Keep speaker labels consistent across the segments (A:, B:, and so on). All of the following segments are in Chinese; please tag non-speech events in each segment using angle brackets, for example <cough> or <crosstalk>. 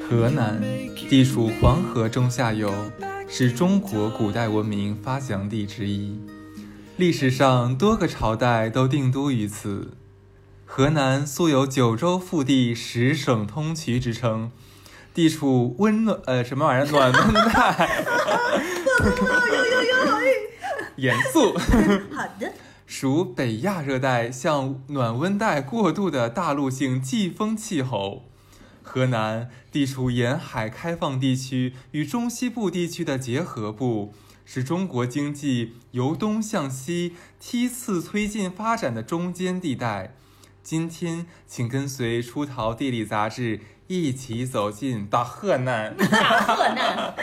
A: 河南地处黄河中下游，是中国古代文明发祥地之一。历史上多个朝代都定都于此。河南素有“九州腹地，十省通衢”之称，地处温暖呃什么玩意儿暖温带，严肃，
B: 好的，
A: 属北亚热带向暖温带过渡的大陆性季风气候。河南地处沿海开放地区与中西部地区的结合部，是中国经济由东向西梯次推进发展的中间地带。今天，请跟随《出逃地理》杂志一起走进大河南。
B: 大河南，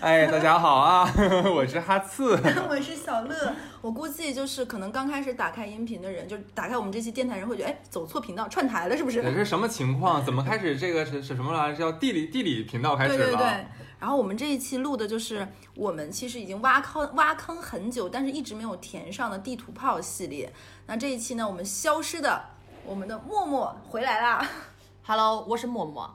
A: 哎，大家好啊， <laughs> 我是哈刺。
C: <laughs> 我是小乐，我估计就是可能刚开始打开音频的人，就打开我们这期电台人会觉得，哎，走错频道，串台了是不
A: <laughs>
C: 是？
A: 这是什么情况？怎么开始这个是是什么来着？叫地理地理频道开始
C: 对
A: 了。啊
C: 对对。然后我们这一期录的就是我们其实已经挖坑挖坑很久，但是一直没有填上的地图炮系列。那这一期呢，我们消失的我们的默默回来啦， <laughs>
B: Hello，我是默默。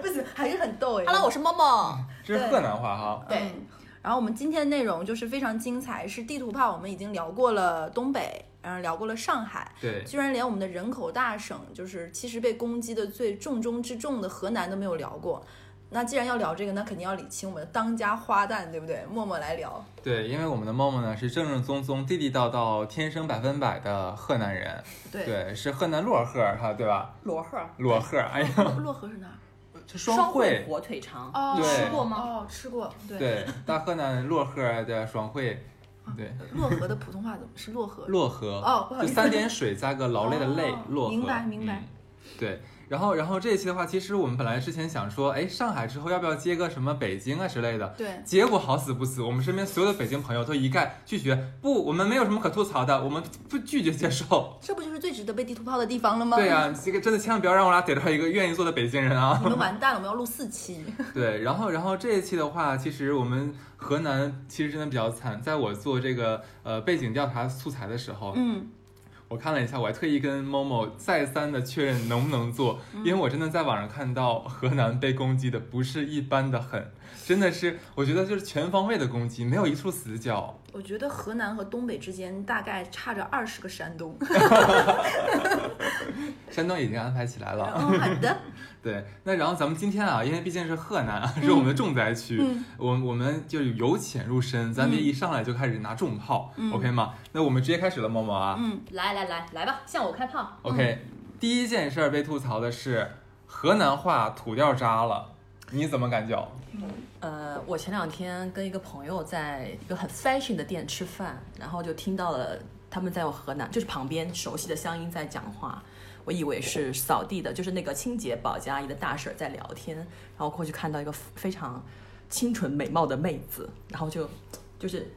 C: 不行，还是很逗哎。
B: Hello，我是默默。
A: 这是河南话哈。
B: 对
C: 嗯然后我们今天的内容就是非常精彩，是地图炮，我们已经聊过了东北，然后聊过了上海，
A: 对，
C: 居然连我们的人口大省，就是其实被攻击的最重中之重的河南都没有聊过。那既然要聊这个，那肯定要理清我们的当家花旦，对不对？默默来聊，
A: 对，因为我们的梦梦呢是正正宗宗、地地道道、天生百分百的河南人，
C: 对
A: 对，是河南漯河哈，对吧？
B: 罗赫，
A: 漯河，哎呀，
C: 哦洛洛河是哪儿？
A: 这
B: 双
A: 双
B: 汇
A: 汇，
B: 火腿肠，
C: 哦，
A: 对吃
B: 过吗
C: 哦，吃过。对，
A: 对，大河南漯河的双汇，对，
C: <laughs> 洛河的普通话怎么是洛河？
A: 漯河，
C: 哦不好意
A: 就
C: 思
A: 三点水加个劳累的累
C: 哦，
A: 漯河，
C: 明白明白
A: 嗯对，然后然后这一期的话，其实我们本来之前想说，哎，上海之后要不要接个什么北京啊之类的，
C: 对，
A: 结果好死不死，我们身边所有的北京朋友都一概拒绝，不，我们没有什么可吐槽的，我们不拒绝接
C: <laughs>
A: 受。
C: 这不就是最值得被地图炮的地方了吗？
A: 对啊呀、这个真的千万不要让我俩逮到一个愿意做的北京人啊！
C: <laughs> 你们完蛋了，我们要录
A: <laughs>
C: 四期。
A: 对，然后然后这一期的话，其实我们河南其实真的比较惨，在我做这个呃背景调查素材的时候，
C: 嗯，
A: 我看了一下，我还特意跟某某再三的确认能不能做，因为我真的在网上看到河南被攻击的不是一般的狠，真的是我觉得就是全方位的攻击，没有一处死角。
C: 我觉得河南和东北之间大概差着二十个山东。
A: 山东已经安排起来了。
C: 嗯，好
A: <laughs>
C: 的。
A: 对，那然后咱们今天啊，因为毕竟是河南啊，是我们的重灾区，
C: 嗯
A: 我我们就是由浅入深，咱别
C: 嗯
A: 一上来就开始拿重炮、
C: 嗯
A: o k 吗？那我们直接开始了，毛毛啊、
C: 嗯，
B: 来来来来吧，向我开炮。
A: o k 第一件事儿被吐槽的是河南话土掉渣了，你怎么感觉？
D: 呃，我前两天跟一个朋友在一个很 fashion 的店吃饭，然后就听到了他们在我河南，就是旁边熟悉的乡音在讲话，我以为是扫地的，就是那个清洁保洁阿姨的大婶在聊天，然后过去看到一个非常清纯美貌的妹子，然后就就是。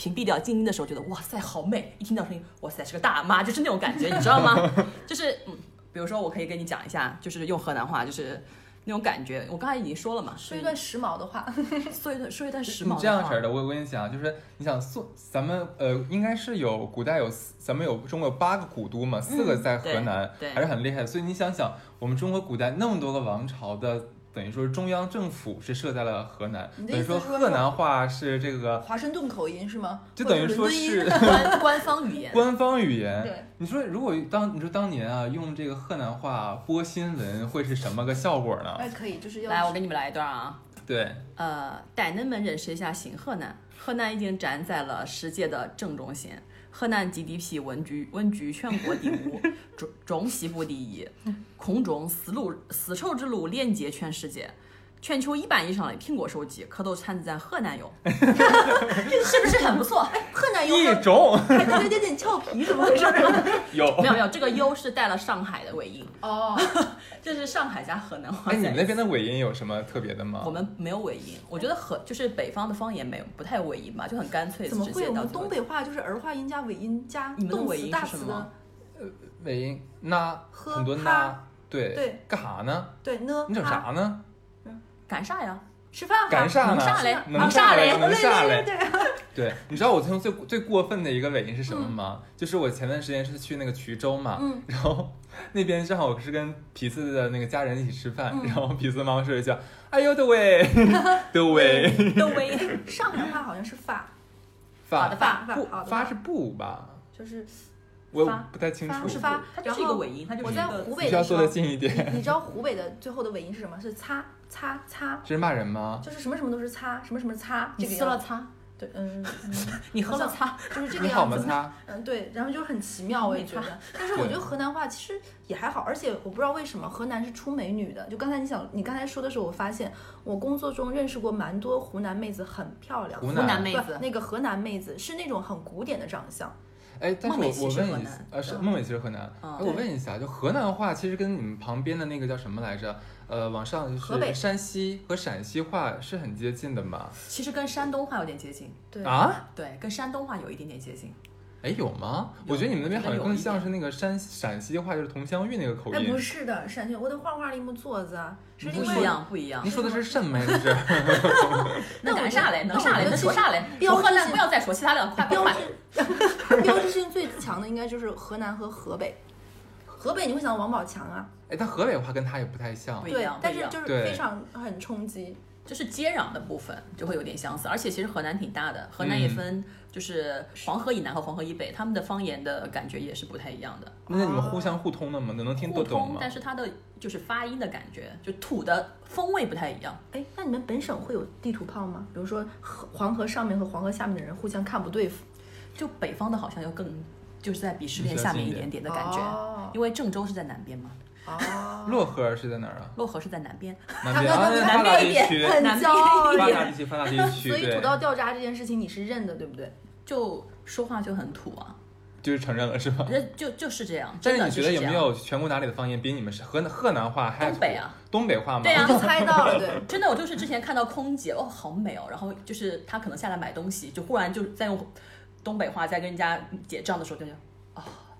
D: 屏蔽掉静音的时候，觉得哇塞好美，一听到声音，哇塞是个大妈，就是那种感觉，你知道吗？ <laughs> 就是嗯，比如说我可以跟你讲一下，就是用河南话，就是那种感觉。我刚才已经说了嘛，
C: 说
D: 是
C: 一段时髦的话。
A: 嗯
D: 说一段说一段时髦
A: 你
D: 的
A: 这样
D: 话
A: 式儿的，我我跟你讲，啊就是你想宋，咱们呃，应该是有古代有四，咱们有中国有八个古都嘛，四
C: 嗯
A: 个在河
D: 对
A: 南，
D: 对
A: 还是很厉害的。所以你想想，我们中国古代那么多个王朝的，等于说是中央政府是设在了河南，
C: 你的
A: 等于
C: 意思
A: 说
C: 是说
A: 河南话是这个，
C: <laughs> 华盛顿口音是吗？
A: 就等于
C: 或者
A: 说
C: 伦敦音
A: 是
D: <laughs> 官官方语
A: <laughs>
D: 言。
A: 官方语言。
C: 对，
A: 你说如果当你说当年啊，用这个河南话播新闻会是什么个效果呢？
C: <laughs> 哎，可以，就是要
D: 来，我给你们来一段啊。
A: 对，
D: 呃，歹人们忍受一下行河南，河南已经站在了世界的正中心。河南 GDP 稳居稳居全国第五，中中西部第一。空中丝路丝绸之路连接全世界，全球一半以上的苹果手机可都产自咱河南哟，是不是很不错？
C: 河南
A: 一
C: 哎有 <laughs>
A: 种
C: 还还有点点俏皮，怎么回事？啊
A: 有 <laughs>
D: 没。有没有，这个优是带了上海的尾音，
C: 哦，
D: 这是上海加河南话
A: 哎，
D: 在一
A: 你
D: 起。
A: 们那边的尾音有什么特别的吗？
D: 我们没有尾音，我觉得和就是北方的方言没有不太有尾音吧，就很干脆
C: 怎么
D: 直
C: 会？
D: 接
C: 我
D: 到
C: 们东北话就是儿化音加尾音加
D: 你们的
C: 动
D: 尾
C: 词
D: 音
C: 大
D: 是
C: 词
D: 什么
C: 的，
A: 尾音那
C: 呵
A: 很多
C: 哈
A: 那，对
C: 对啊
A: 干啥呢？
C: 对呢。
A: 你整
C: 哈
A: 啥呢？
D: 干啥呀？
C: 吃饭
A: 赶
C: 上
A: 上呢
C: 上嘞，
A: 能
B: 上嘞
A: 嘞，能下
C: 对
A: 嘞。
C: 对对对，
A: 对， <laughs> 你知道我最最最过分的一个尾音是什么吗？就是我前段时间是去那个衢州 <laughs> 嘛，
C: 嗯
A: 然后那边正好我是跟皮子的那个家人一起吃饭，
C: 嗯
A: 然后皮子妈妈说了一句：“哎呦的
C: <laughs>
A: 喂，的喂，
D: 都 <laughs> 喂，
C: 上海话好像是发
A: <laughs> 发
B: 的
C: 发
A: 不
C: 发好的
A: 发是不吧？
C: 就是
A: 我
C: 发
A: 不太清
C: 发
A: 楚
C: 是，发，
D: 它就
C: 然
D: 是一个
C: 后
D: 尾音，它就是
C: 我
D: 一
C: 在
D: 个
C: 湖
A: 必
C: 北
A: 须要
C: 的
A: 坐
C: 时
A: 得
C: 候，
A: 近一点。
C: 你知道湖北的最后的尾音是什么？是擦擦擦，
A: 这是骂人吗？
C: 就是什么什么都是擦，什么什么擦，
B: 你
C: 这个
B: 撕了
C: 样子
B: 擦，
C: 对，嗯，嗯
D: 你喝了
C: 好像
D: 擦，
C: 就是这个
A: 你好
C: 样
A: 吗？
C: 子。
A: 擦，
C: 嗯，对，然后就很奇妙，我也觉得。但是我觉得河南话其实也还好，而且我不知道为什么河南是出美女的。就刚才你想，你刚才说的时候，我发现我工作中认识过蛮多湖南妹子，很漂亮。
A: 湖
B: 湖南
A: 南
B: 妹
C: 不
B: 子，
C: 那个河南妹子是那种很古典的长相，
A: 哎，但是
D: 孟美
A: 我
D: 岐
A: 我
D: 是河
A: 问一
D: 南
A: 下，呃，是
D: 的
A: 孟美岐是河南。
D: 嗯
A: 哎，我问一下，就河南话其实跟你们旁边的那个叫什么来着？呃，往上就
C: 河北
A: 是山西和陕西话是很接近的嘛？
D: 其实跟山东话有点接近，
C: 对，哎
A: 啊？
D: 对，跟山东话有一点点接近。
A: 哎，有吗？
D: 有
A: 我觉得你们那边好像
D: 我觉得有
A: 更
D: 一点
A: 像是那个山陕西话，就是佟湘玉那个口
C: 哎，
A: 音
C: 不。是的，陕西，我的画画里木坐子啊，
A: <laughs>
C: 是另
D: 不
C: 外
D: 一。样，不一样
A: 您。说的是什么呀？这是
C: 但我觉得
D: 那能啥嘞？能
C: 但我
D: 啥
C: 觉
D: 嘞？
C: 得
D: 能
C: 其
D: 说
C: 实
D: 啥嘞？
C: 标
D: 我河
C: 志
D: 南
C: 性
D: 不要再说其他了，快快
C: 标
D: 快！
C: 志标志性最强的应该就是河南和河北，河北你会想到王宝强啊，
A: 哎，但河北话跟它也不太像
D: 不。一
C: 对
D: 样，
C: 但
D: 不一
C: 是
D: 样
C: 就是
A: 对
C: 非常很冲击，
D: 就是接壤的部分就会有点相似，而且其实河南挺大的，河南也分就是黄河以南和黄河以北，他们的方言的感觉也是不太一样的，
A: 那你们互相互通的吗？能能听
D: 互
A: 得懂
D: 通，
A: 吗
D: 但？是它的就是发音的感觉，就土的风味不太一样。
C: 哎，那你们本省会有地图炮吗？比如说河黄河上面和黄河下面的人互相看不对付
D: 就北方的好像又更就是在鄙视链下面一点点的感觉，
C: 哦
D: 因为郑州是在南边嘛，
C: 哦，
A: 漯河是在哪儿啊？
D: 漯河是在南边，
A: 南边，
C: 刚
A: 啊
C: 刚，
A: 那
C: 南
A: 发达
D: 边
A: 地
D: 一点
A: 区，
C: 很
D: 南
C: 骄傲
A: 发
D: 边一
A: 达
D: 点
A: 地区，发达地区，
C: <laughs> 所以土
A: 对，
C: 豆掉渣这件事情你是认的，对不对？
D: 就说话就很土啊，
A: 就是承认了是吧？
D: 那就就是这样。
A: 但
D: 真
A: 是
D: 的
A: 你觉
D: 就
A: 得有
D: 这
A: 没
D: 样？
A: 有全国哪里的方言比你们是河南河南话还
D: 东北啊？
A: 东北话吗？
D: 对啊
C: 我就猜到了，
A: <laughs>
C: 对。
D: 真的，我就是之前看到空姐，哦，好美哦，然后就是她可能下来买东西，就忽然就在用东北话在跟人家结账的时候，就这样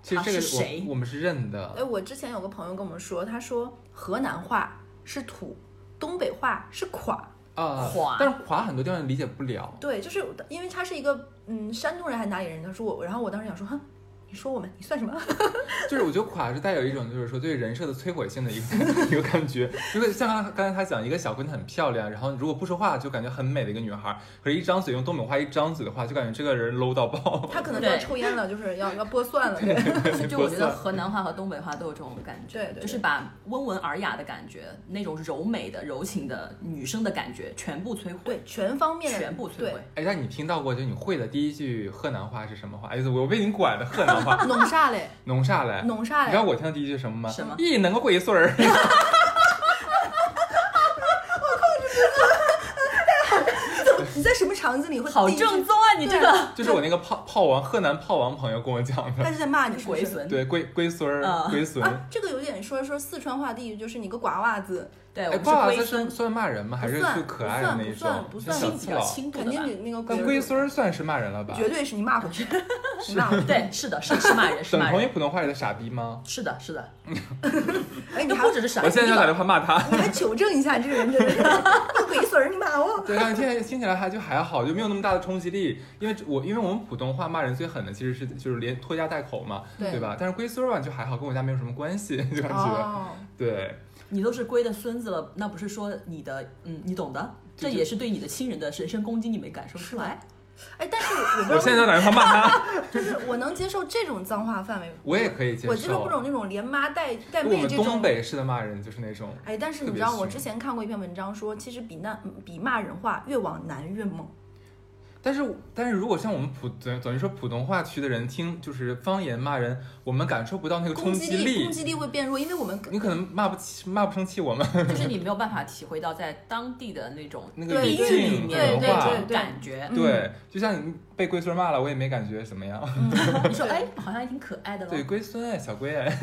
A: 其实这
D: 他
A: 个
D: 啊是
A: 我
D: 谁
A: 我们是认的
C: 哎，，我之前有个朋友跟我们说，他说河南话是土，东北话是垮。
A: 啊，
D: 呃垮
A: 但是垮很多地方理解不了。
C: 对，就是因为他是一个嗯山东人还是哪里人，他说我，然后我当时想说，哼，你说我们你算什么？ <laughs>
A: 就是我觉得垮是带有一种就是说对人设的摧毁性的一个一个感觉。 <laughs> 就是像刚才刚才他讲，一个小姑娘很漂亮，然后如果不说话就感觉很美的一个女孩，可是一张嘴用东北话一张嘴的话，就感觉这个人 low 到爆。
C: 他可能就要
D: 对
C: 抽烟了，就是要要剥蒜了。对， <laughs>
D: <laughs> 就我觉得河南话和东北话都有这种感觉，
C: 对对对
D: 就是把温文尔雅的感觉，那种柔美的、柔情的女生的感觉全部摧毁，
C: 对，全方面的
D: 全部摧
C: 对，
D: 毁。
A: 哎，让你听到过就你会的第一句河南话是什么话？哎，我被你拐的河南话 <laughs>
C: 弄啥嘞？
A: 农啥嘞？
C: 弄啥
A: 哎你
C: 嘞
A: 知？道我听到第一句是什么吗？
D: 什么
A: 咦，能个鬼孙儿。
C: 你在什么场子里会
D: 好
C: 第一句
D: 正宗啊！你这
C: 对
D: 个
A: 就是我那个炮炮王河南炮王朋友跟我讲
C: 他
A: 的，
C: 是在骂你是不是
D: 鬼。损，
A: 对龟龟孙儿
D: 啊
A: 龟孙，
C: 啊，这个有点说说四川话地域，就是你个瓜娃子，
D: 对，我
A: 哎，
D: 们
A: 爸爸
D: 是
A: 这
D: 龟孙
A: 是，算骂人吗？还是
C: 不算
A: 就可爱的那一
C: 不算
A: 种？
C: 不
A: 像小
C: 算
D: 轻
A: 气
D: 比较
A: 佬。
D: 轻度
C: 肯
D: 的
C: 定
D: 吧
C: 比。那个
A: 但龟孙儿算是骂人了吧？
C: 绝对是你骂回
A: <laughs>
C: 去，你骂回去。
D: 对，是的，是是骂人，是
A: 沈
D: 骂
A: 腾有
D: 人，
A: 普通话里的傻逼吗？
D: 是的，是的，
C: 哎，你
D: 都
C: 还
D: 不只是傻逼
A: 我
D: 吧，
A: 现在就打电话骂他。 <laughs>
C: 你还纠正一下这个人，真的是个鬼孙儿，你骂我。
A: 对，但是现在听起来还就还好，就没有那么大的冲击力。因为我因为我们普通话骂人最狠的其实是就是连拖家带口嘛，
C: 对
A: 对吧？但是龟孙儿吧就还好，跟我家没有什么关系， <laughs> 就感觉
C: 哦，
A: 对。
D: 你都是龟的孙子了，那不是说你的，嗯，你懂的，这
A: 对
D: 也是对你的亲人的人身攻击，你没感受出来。
C: 哎，但是
A: 我
C: 我不知道
A: 现在就打电话骂他，
C: 就是我能接受这种脏话范围，
A: 我也可以接受。
C: 我接受不了那种连妈带带
A: 我
C: 妹
A: 们
C: 这
A: 东
C: 种。
A: 北式的骂人就是那种，
C: 哎，但是你知
A: 特
C: 道，
A: 别
C: 我
A: 凶
C: 之前看过一篇文章说，其实比那比骂人话越往南越猛。
A: 但是但是如果像我们普等等于说普通话区的人听就是方言骂人，我们感受不到那个
C: 攻
A: 冲
C: 击
A: 击
C: 力攻击力会变弱，因为我们
A: <laughs> 你可能骂不起，骂不生气我们
D: 就是你没有办法体会到在当地的那种
A: 那个
C: 对
A: 语
C: 英
D: 语里
A: 境
C: 语对
A: 文
D: 面的
C: 对
A: 化。
D: 那
C: 对
D: 种感觉。
C: 嗯
A: 对，就像你被龟孙骂了，我也没感觉怎么样。 <laughs>
D: 你说，哎，好像还挺可爱的
A: 对，
D: 了。
A: 龟孙哎，小龟哎， <laughs>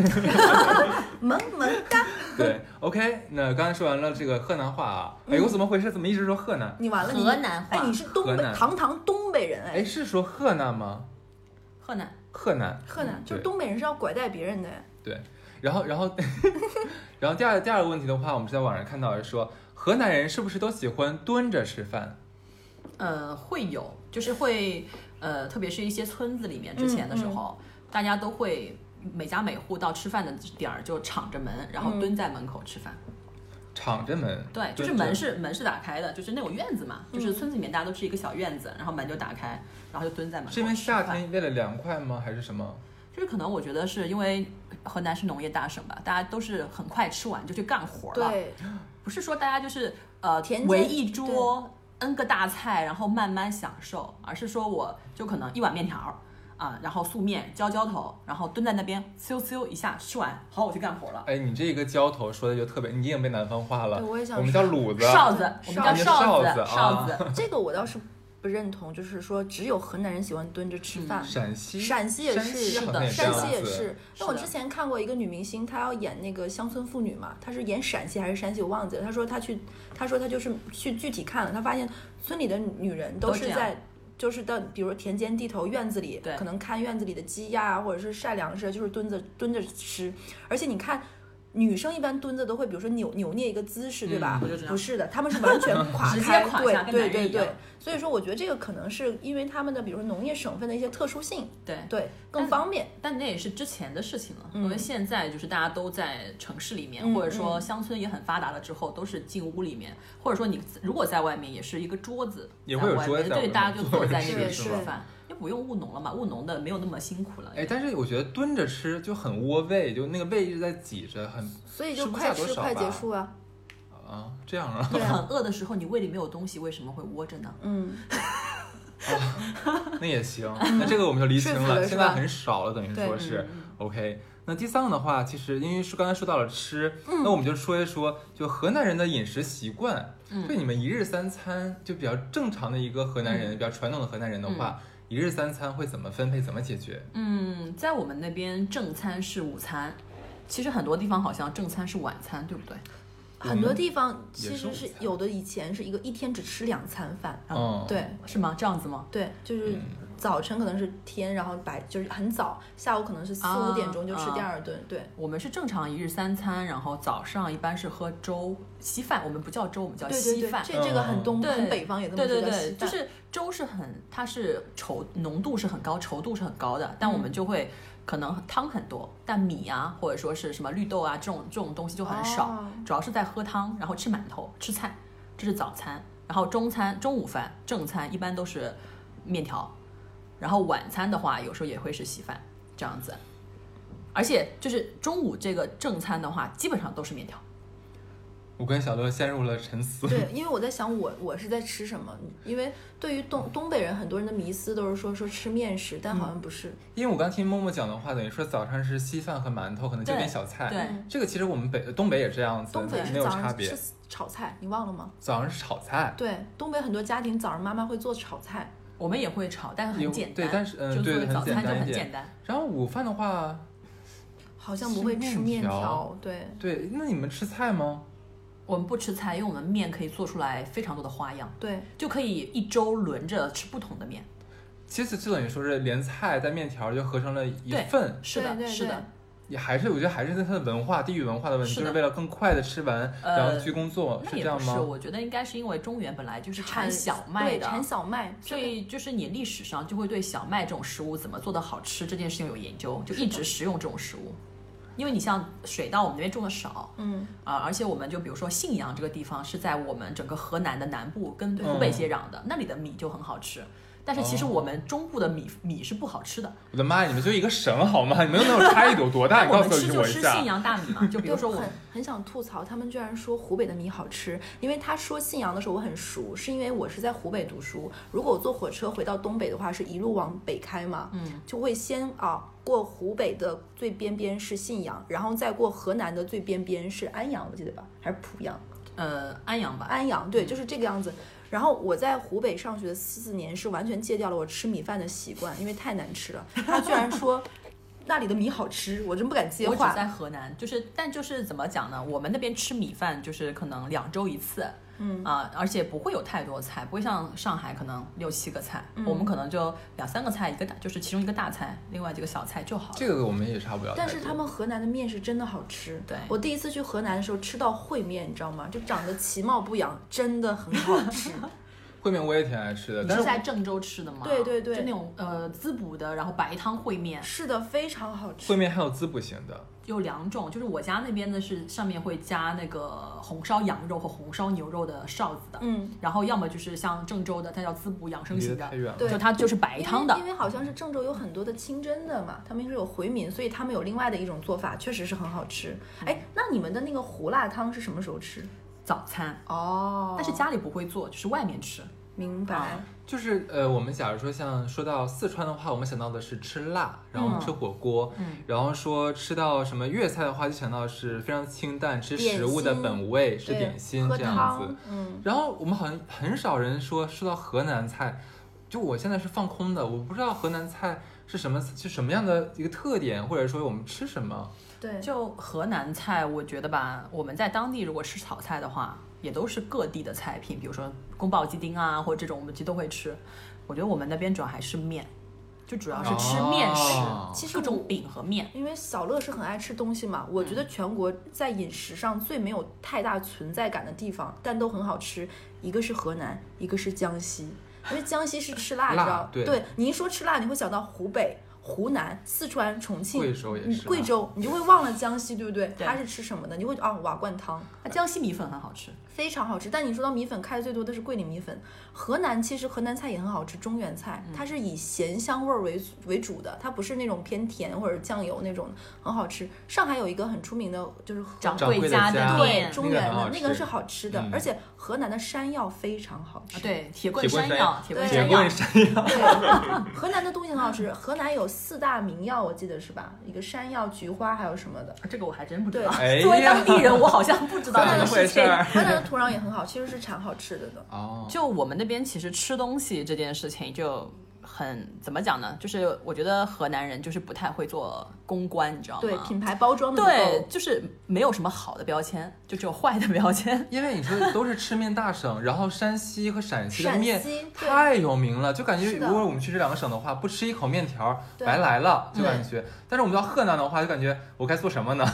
C: 萌萌哒，
A: 对，OK。那刚才说完了这个河南话啊，哎，我怎么回事？怎么一直说河南？
C: 你完了，你
D: 河南话
C: 哎，你是东
A: 河
C: 北
A: 南
C: 堂堂东北人
A: 哎，
C: 哎，
A: 是说河南吗？
D: 河南，
A: 河南，
C: 河南就是
A: 对
C: 东北人是要拐带别人的哎，
A: <laughs> 对。然后，然后，然后第二第二个问题的话，我们是在网上看到的说，河南人是不是都喜欢蹲着吃饭？
D: 呃，会有，就是会，呃，特别是一些村子里面，之前的时候，大家都会每家每户到吃饭的点儿就敞着门，然后蹲在门口吃饭。
A: 敞着门，
D: 对，就是
A: 蹲着
D: 门是门是打开的，就是那种院子嘛，就是村子里面大家都是一个小院子，然后门就打开，然后就蹲在门口。
A: 是因为夏，天为了凉快吗？还是什么？
D: 就是可能我觉得是因为河南是农业大省吧，大家都是很快吃完就去干活了，
C: 对，
D: 不是说大家就是呃
C: 田间
D: 围一桌 n 个大菜，然后慢慢享受，而是说我就可能一碗面条儿啊，然后素面浇浇头，然后蹲在那边嗖嗖一下吃完，好我去干活了。
A: 哎，你这个浇头说的就特别，你已经被南方话了。
C: 对我也想
A: 们叫
C: 说
A: 卤
C: <laughs>
A: 子。
D: 哨子，我们叫
A: 哨
D: 哨
A: 子
D: 子，
A: 啊
D: 哨子，
C: <laughs> 这个我倒是不认同，就是说只有河南人喜欢蹲着吃饭。
A: 嗯陕西，
C: 陕西也是
A: 西好
D: 是
A: 像
D: 的
A: 也这
C: 陕
A: 样
C: 西也
A: 子
C: 啊是，那我
D: 是
C: 之
D: 的
C: 前看过一个女明星，她要演那个乡村妇女嘛，她是演陕西还是山西我忘记了。她说她去，她说她就是去具体看了，她发现村里的女人都
D: 都
C: 是
D: 这样
C: 在。就是到，比如田间地头、院子里
D: 对，
C: 可能看院子里的鸡呀、或者是晒粮食，啊就是蹲着蹲着吃。而且你看，女生一般蹲着都会，比如说扭扭捏一个姿势，对吧？
D: 嗯我就知道
C: 不是的，她们是完全 <laughs> 垮
D: 直接
C: 啊开，
D: 垮
C: 对
D: 下跟
C: 对
D: 男人
C: 对
D: 一样
C: 对。所以说，我觉得这个可能是因为他们的，比如说农业省份的一些特殊性，
D: 对。
C: 对，
D: 但
C: 更
D: 是
C: 方便。
D: 但那也是之前的事情了，
C: 嗯
D: 因为现在就是大家都在城市里面，
C: 嗯
D: 或者说乡村也很发达了之后，都是进屋里面，或者说你如果在外面也是一个桌子，
A: 也会有桌子
D: 在外面对，
A: 我
D: 大
A: 们
D: 家就
A: 坐
D: 坐
A: 着
D: 在那
C: 吃
D: 边
C: 是
D: 吃
C: 吧
D: 饭，也不用务农了嘛，务农的没有那么辛苦了。
A: 哎，但是我觉得蹲着吃就很窝胃，就那个胃一直在挤着，很
C: 所以
A: 吃
C: 就
A: 不
C: 快
A: 下多
C: 吃
A: 少
C: 快结
A: 吧
C: 束啊。 <laughs>
A: 啊这样啊。
C: 对啊，
D: <laughs> 很饿的时候，你胃里没有东西，为什么会窝着呢？
C: 嗯，
A: <laughs> 那也行，那这个我们就厘清
C: 说服了
A: 了。
C: 是
A: 现在
C: 吧
A: 很少了，等于说
C: 对
A: 是
D: 嗯
A: OK。那第三个的话，其实因为是刚才说到了吃，
C: 嗯
A: 那我们就说一说，就河南人的饮食习惯。
D: 嗯
A: 对你们一日三餐，就比较正常的一个河
C: 嗯
A: 南人，比较传统的河南人的话，一日三餐会怎么分配，怎么解决？
D: 嗯，在我们那边正餐是午餐，其实很多地方好像正餐是晚餐，对不对？
C: 很多地方
A: 也是
C: 其实
A: 午
C: 是
A: 餐
C: 有的，以前是一个一天只吃两餐饭。
A: 嗯，，
C: 啊对
D: 是吗？这样子吗？
C: 对，就是
A: 嗯
C: 早晨可能是天，然后白就是很早，下午可能是四五
D: 啊
C: 点钟就吃第
D: 啊
C: 二顿。对，
D: 我们是正常一日三餐，然后早上一般是喝粥稀饭，我们不叫粥，我们叫
C: 对对
D: 稀
C: 对，
D: 饭。
C: 这这个
A: 嗯
C: 很东
D: 对
C: 很北方也这么说
D: 对对
C: 叫稀
D: 对，就
C: 饭。
D: 是粥是很，它是稠浓度是很高，稠度是很高的，
C: 嗯
D: 但我们就会可能汤很多，但米啊或者说是什么绿豆啊这种这种东西就很少，
C: 哦
D: 主要是在喝汤，然后吃馒头吃菜，这是早餐，然后中餐中午饭正餐一般都是面条，然后晚餐的话有时候也会是稀饭这样子，而且就是中午这个正餐的话基本上都是面条，
A: 我跟小乐陷入了沉思。
C: 对，因为我在想我我是在吃什么，因为对于东东北人，很多人的迷思都是说说吃面食，但好像不
A: <laughs>
C: 是。
D: 嗯
A: 因为我刚听默默讲的话，等于说早上是稀饭和馒头，可能就
D: 对
A: 点小菜。
D: 对
C: 嗯
A: 这个其实我们北东北也这样子，
C: 东北
A: 没
C: 是
A: 有
C: 早
A: 差
C: 上
A: 别
C: 吃。炒菜，你忘了吗？
A: 早上是炒菜，
C: 对，东北很多家庭早上妈妈会做炒菜，
D: 我们也会炒，但是
A: 有
D: 很简单，
A: 对但是嗯
D: 就
A: 对
D: 作为
A: 很
D: 早
A: 简
D: 餐就
A: 单一
D: 很
A: 点
D: 简单。
A: 然后午饭的话，
C: 好像不会吃面条，对，
A: 对，那你们吃菜吗？
D: 我们不吃菜，因为我们面可以做出来非常多的花样，
C: 对，
D: 就可以一周轮着吃不同的面。
A: 其实就等于说是连菜带面条就合成了一
D: 对
A: 份，
D: 是的，
C: 对对
D: 是
C: 对
D: 的，
A: 也还是我觉得还是它的文化、地域文化的问题，
D: 是
A: 就
D: 的
A: 是为了更快的吃完，
D: 呃
A: 然后去工作，
D: 那
A: 哦是
D: 也
A: 这
D: 不
A: 样
D: 是，
A: 吗？
D: 我觉得应该是因为中原本来就是产小麦
C: 对
D: 的，
C: 产小麦，
D: 所以就是你历史上就会对小麦这种食物怎么做的好吃这件事情有研究，就一直食用这种食物。因为你像水稻，我们那边种的少，
C: 嗯，
D: 啊，而且我们就比如说信阳这个地方是在我们整个河南的南部跟湖北接壤的，那里的米就很好吃。但是其实
A: 嗯哦
D: 我们中部的米米是不好吃的，
A: 我的妈呀，你们就一个省好吗？你们能有差异有
D: <laughs>
A: 多大？你
D: 我
A: 告
D: 们吃
A: 诉
D: 就
A: 我
D: 吃
A: 一
D: 信
A: 下。
D: 阳大米嘛，就比如说
C: 就
D: 我
C: 很很想吐槽，他们居然说湖北的米好吃，因为他说信阳的时候我很熟，是因为我是在湖北读书，如果我坐火车回到东北的话，是一路往北开嘛，
D: 嗯，
C: 就会先啊过湖北的最边边是信阳，然后再过河南的最边边是安阳，我记得吧，还是濮阳？啊
D: 呃安阳吧，
C: 安阳，对，就是这个样子。然后我在湖北上学四四年，是完全戒掉了我吃米饭的习惯，因为太难吃了。他居然说 <laughs> 那里的米好吃，我真不敢接
D: 我只
C: 话。
D: 在河南，就是但就是怎么讲呢？我们那边吃米饭就是可能两周一次，
C: 嗯
D: 啊、而且不会有太多菜，不会像上海可能六七个菜，我们可能就两三个菜，一个大就是其中一个大菜，另外几个小菜就好了。
A: 这个我们也差不了太多。
C: 但是他们河南的面是真的好吃。
D: 对
C: 我第一次去河南的时候吃到烩面，你知道吗？就长得其貌不扬，真的很好
D: <laughs>
C: 吃。
A: 烩面我也挺爱吃的，
D: 你
A: 但
D: 是
A: 是
D: 在郑州吃的吗？
C: 对对对
D: 就那种呃滋补的，然后白汤烩面
C: 是的，非常好
A: 烩
C: 吃。
A: 面还有滋补型的，
D: 有两种，就是我家那边的是上面会加那个红烧羊肉和红烧牛肉的臊子的，
C: 嗯，
D: 然后要么就是像郑州的，它叫滋补养生
A: 离得
D: 型
A: 太
D: 的，
A: 远了。
C: 对
D: 就它就是白
C: 因为
D: 汤的
C: 因，为好像是郑州有很多的清真的嘛，他们是有回民，所以他们有另外的一种做法，确实是很好吃。
D: 嗯
C: 哎，那你们的那个胡辣汤是什么时候吃？
D: 早餐。
C: 哦
D: 但是家里不会做，就是外面吃。
C: 明白
D: 啊，
A: 就是呃，我们假如说像说到四川的话，我们想到的是吃辣，然后吃火锅，
D: 嗯
A: 然后说吃到什么粤菜的话，就想到是非常清淡，吃食物的
C: 点心
A: 本味，吃
C: 对
A: 点心
C: 喝
A: 这样子
C: 汤。，嗯，
A: 然后我们好像很少人说说到河南菜，就我现在是放空的，我不知道河南菜是什么是什么样的一个特点，或者说我们吃什么。
C: 对，
D: 就河南菜，我觉得吧，我们在当地如果吃炒菜的话，也都是各地的菜品，比如说宫保鸡丁啊，或者这种我们其实都会吃。我觉得我们那边主要还是面，就主要是吃面食，
A: 哦
C: 其实
D: 各
C: 我
D: 种饼和面。
C: 因为小乐是很爱吃东西嘛，我觉
A: 嗯
C: 得全国在饮食上最没有太大存在感的地方，但都很好吃，一个是河南，一个是江西，因为江西是吃辣，
A: <laughs> 辣
C: 你知道？
A: 对
C: 你一说吃辣，你会想到湖北、湖南、四川、重庆、
A: 贵州也
C: 嗯
A: 是辣
C: 贵州，你就会忘了江西，对不对？
D: 对
C: 它是吃什么的？你会啊、瓦罐汤
D: 那江西米粉很好吃，啊
C: 非常好吃，但你说到米粉，开的最多的是桂林米粉。河南其实河南菜也很好吃，中原菜
A: 嗯
C: 它是以咸香味儿为为主的，它不是那种偏甜或者酱油那种，很好吃。上海有一个很出名的，就是河
D: 掌
A: 掌柜的
D: 柜家
A: 家
D: 的
C: 对
D: 面，
C: 中原
A: 那个很好吃
C: 的那个是好吃的
A: 嗯，
C: 而且河南的山药非常好
D: 啊
C: 吃。
D: 对，铁棍
A: 铁棍
D: 山
A: 山
D: 药，铁
A: 铁
C: 对
D: 棍山
A: 棍
D: 药，
A: 山药， <laughs>
C: 对，嗯河南的东西很好吃。河南有四大名药，我记得是吧？一个山药、菊花，还有什么的。
D: 啊这个我还真不知道。
A: 对
D: 作为当地人，我好像不知道这
A: 怎
D: 个
A: 么回
D: 事
A: 事
D: 情。
A: 儿？
C: 河南的土壤也很好，其实是产好吃的的。
A: 哦，
D: 就我们那边其实吃东西这件事情就很怎么讲呢？就是我觉得河南人就是不太会做公关，你知道吗？
C: 对，品牌包装的不
D: 对
C: 够，
D: 就是没有什么好的标签，就只有坏的标签。 <laughs>
A: 因为你说的都是吃面大省，然后山西和陕西的
C: 陕
A: 面
C: 西对
A: 太有名了，就感觉
C: 是的
A: 如果我们去这两个省的话，不吃一口面条
C: 对
A: 白来了，
D: 嗯
A: 就感觉。但是我们到河南的话，就感觉我该做什么呢？